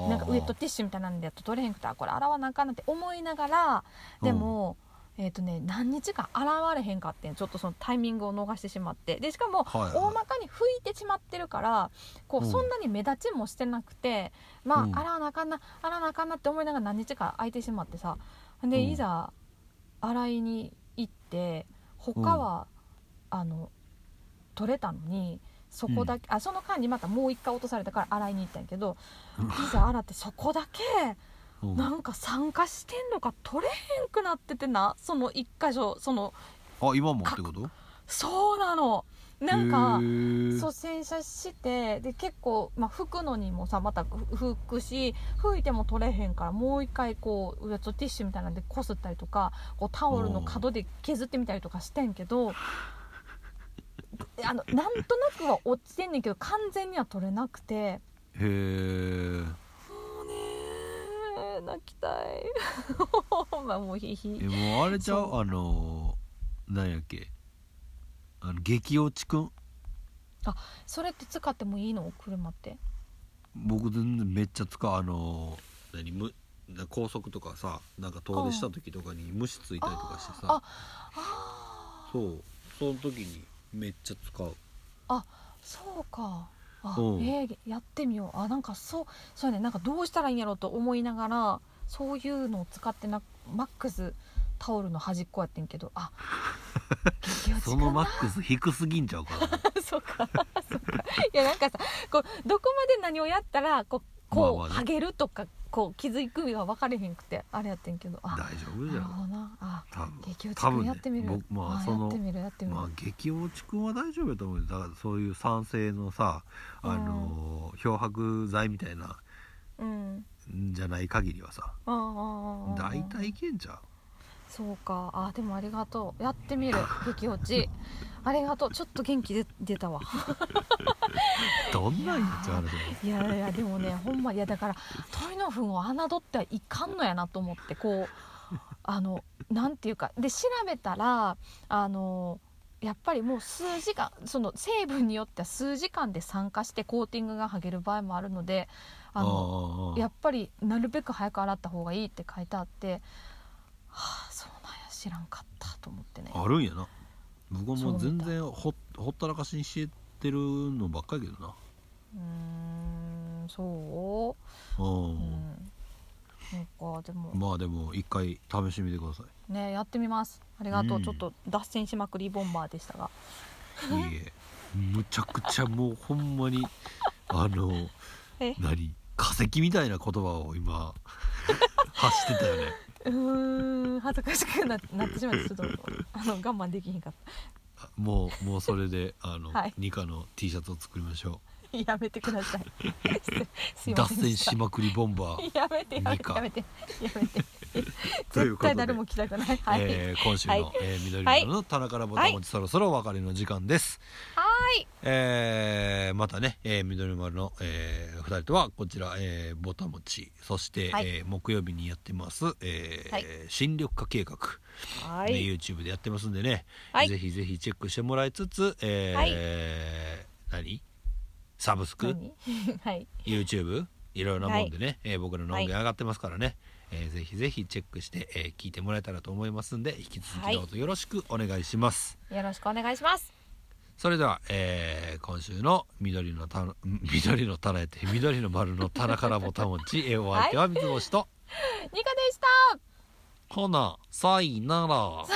B: う。
A: ああ
B: なんかウエットティッシュみたいなんでやっと取れへんくてあこれ洗わなあかんなって思いながらでも、えっ、とね何日間洗われへんかってんちょっとそのタイミングを逃してしまってでしかも
A: はいはい
B: 大まかに拭いてしまってるからこう
A: うん
B: そんなに目立ちもしてなくて、まあ、
A: うん
B: 洗わなあかんな洗わなあかんなって思いながら何日か空いてしまってさ
A: う
B: で
A: ん
B: いざ洗いに行って他は、あの取れたのにそこだけ、あその間にまたもう一回落とされたから洗いに行ったんやけど
A: うん
B: いざ洗ってそこだけ
A: うん
B: なんか酸化してんのか取れへんくなっててなその一箇所その
A: あ今もってこと
B: そうなのなんか
A: へー
B: そう洗車してで結構、まあ、拭くのにもさまたふ拭くし拭いても取れへんからもう一回こうウエットティッシュみたいなんでこすったりとかこうタオルの角で削ってみたりとかしてん けどあのなんとなくは落ちてんねんけど完全には取れなくて
A: へえ
B: もうねー泣きたい まあもうひいひい
A: えもうあれちゃ
B: そう
A: うあのなんやっけあの激落ちくん
B: それって使ってもいいの車って
A: 僕全然めっちゃ使うあの何むな高速とかさなんか遠出した時とかに虫ついたりとかしてさ
B: ああー
A: そうその時にめっちゃ使う
B: そうかあ、
A: うん
B: えーやってみようあなんかそうそうやねなんかどうしたらいいんやろうと思いながらそういうのを使ってなマックスタオルの端っこやってんけど あ激落ちか
A: そ
B: な
A: のマックス低すぎんちゃうかな
B: そうかそうかいやなんかさこうどこまで何をやったらこうこう、
A: まあまあね
B: ハゲるとかこう気づくが分かれへんくてあれやってんけどあ
A: 大丈夫
B: な
A: じゃん
B: るほどなあ
A: 多分
B: 激落ち
A: 多分
B: 君
A: ね
B: やってみる、
A: 僕まあ
B: あ
A: そ
B: や
A: の
B: ってみるやってみる、
A: まあ激落ちくんは大丈夫やと思うよだからそういう酸性のさあの漂白剤みたいな
B: うん
A: んじゃない限りはさ
B: ああああああ
A: 大体いけんちゃ
B: そうかあでもありがとうやってみる激落ちありがとうちょっと元気で出たわ
A: うどんなんやっちゃう話だよ
B: いやいやでもねほんまいやだから鳥の糞を侮ってはいかんのやなと思ってこうあのなんていうかで調べたらあのやっぱりもう数時間その成分によっては数時間で酸化してコーティングが剥げる場合もあるのであの
A: ああ
B: やっぱりなるべく早く洗った方がいいって書いてあってはあそうなんや知らんかったと思ってね
A: あるんやな僕はもう
B: そうみ
A: 全
B: たい
A: 然ほほったらかしにしてるのばっかりやけどな
B: うーんそうう、うんん、なんかでも
A: まあでも一回試してみてくださ
B: ねやってみますありがとう、
A: うん
B: ちょっと脱線しまくりボンバーでしたが
A: いいいえむちゃくちゃもうほんまにあの
B: え
A: 何化石みたいな言葉を 今発してたよね
B: うーん恥ずかしくななってしまってちょっとあの我慢できへんかっ
A: あもうもうそれであの、
B: はい
A: ニカの T シャツを作りましょ
B: たやめてくださいす
A: う
B: いま
A: 脱
B: せんで
A: 線
B: した
A: し まくりボンバー、
B: やめてやめ
A: いい
B: て
A: か
B: やめてやめ て
A: という
B: 絶
A: ことで
B: 対誰も着たくないはい、
A: えー今週の、
B: はい
A: えー緑色の棚からボタン持ちそろそろお別れの時間です、
B: はーい
A: えーまたね、えー、緑丸の、え2人とはこちら、えー、ボタ持ちそして、
B: はい
A: えー木曜日にやってます、えー
B: はい
A: 新緑化計画、
B: は
A: ね
B: い
A: YouTube でやってますんでね、
B: はい
A: ぜひぜひチェックしてもらいつつ、えー
B: はい
A: 何サブスク
B: 何はい、
A: YouTube いろいろなもんでね、えー僕らの音源上がってますからね、えーぜひぜひチェックして、えー聞いてもらえたらと思いますんで引き続
B: は
A: き
B: い
A: どうぞよろしくお願いします、
B: よろしくお願いします
A: それでは、えー今週の緑の棚ん 緑の棚やって緑の丸の棚からボタン持ち、えーお相手は水星と、
B: ニカでした
A: ほなさいなら
B: さ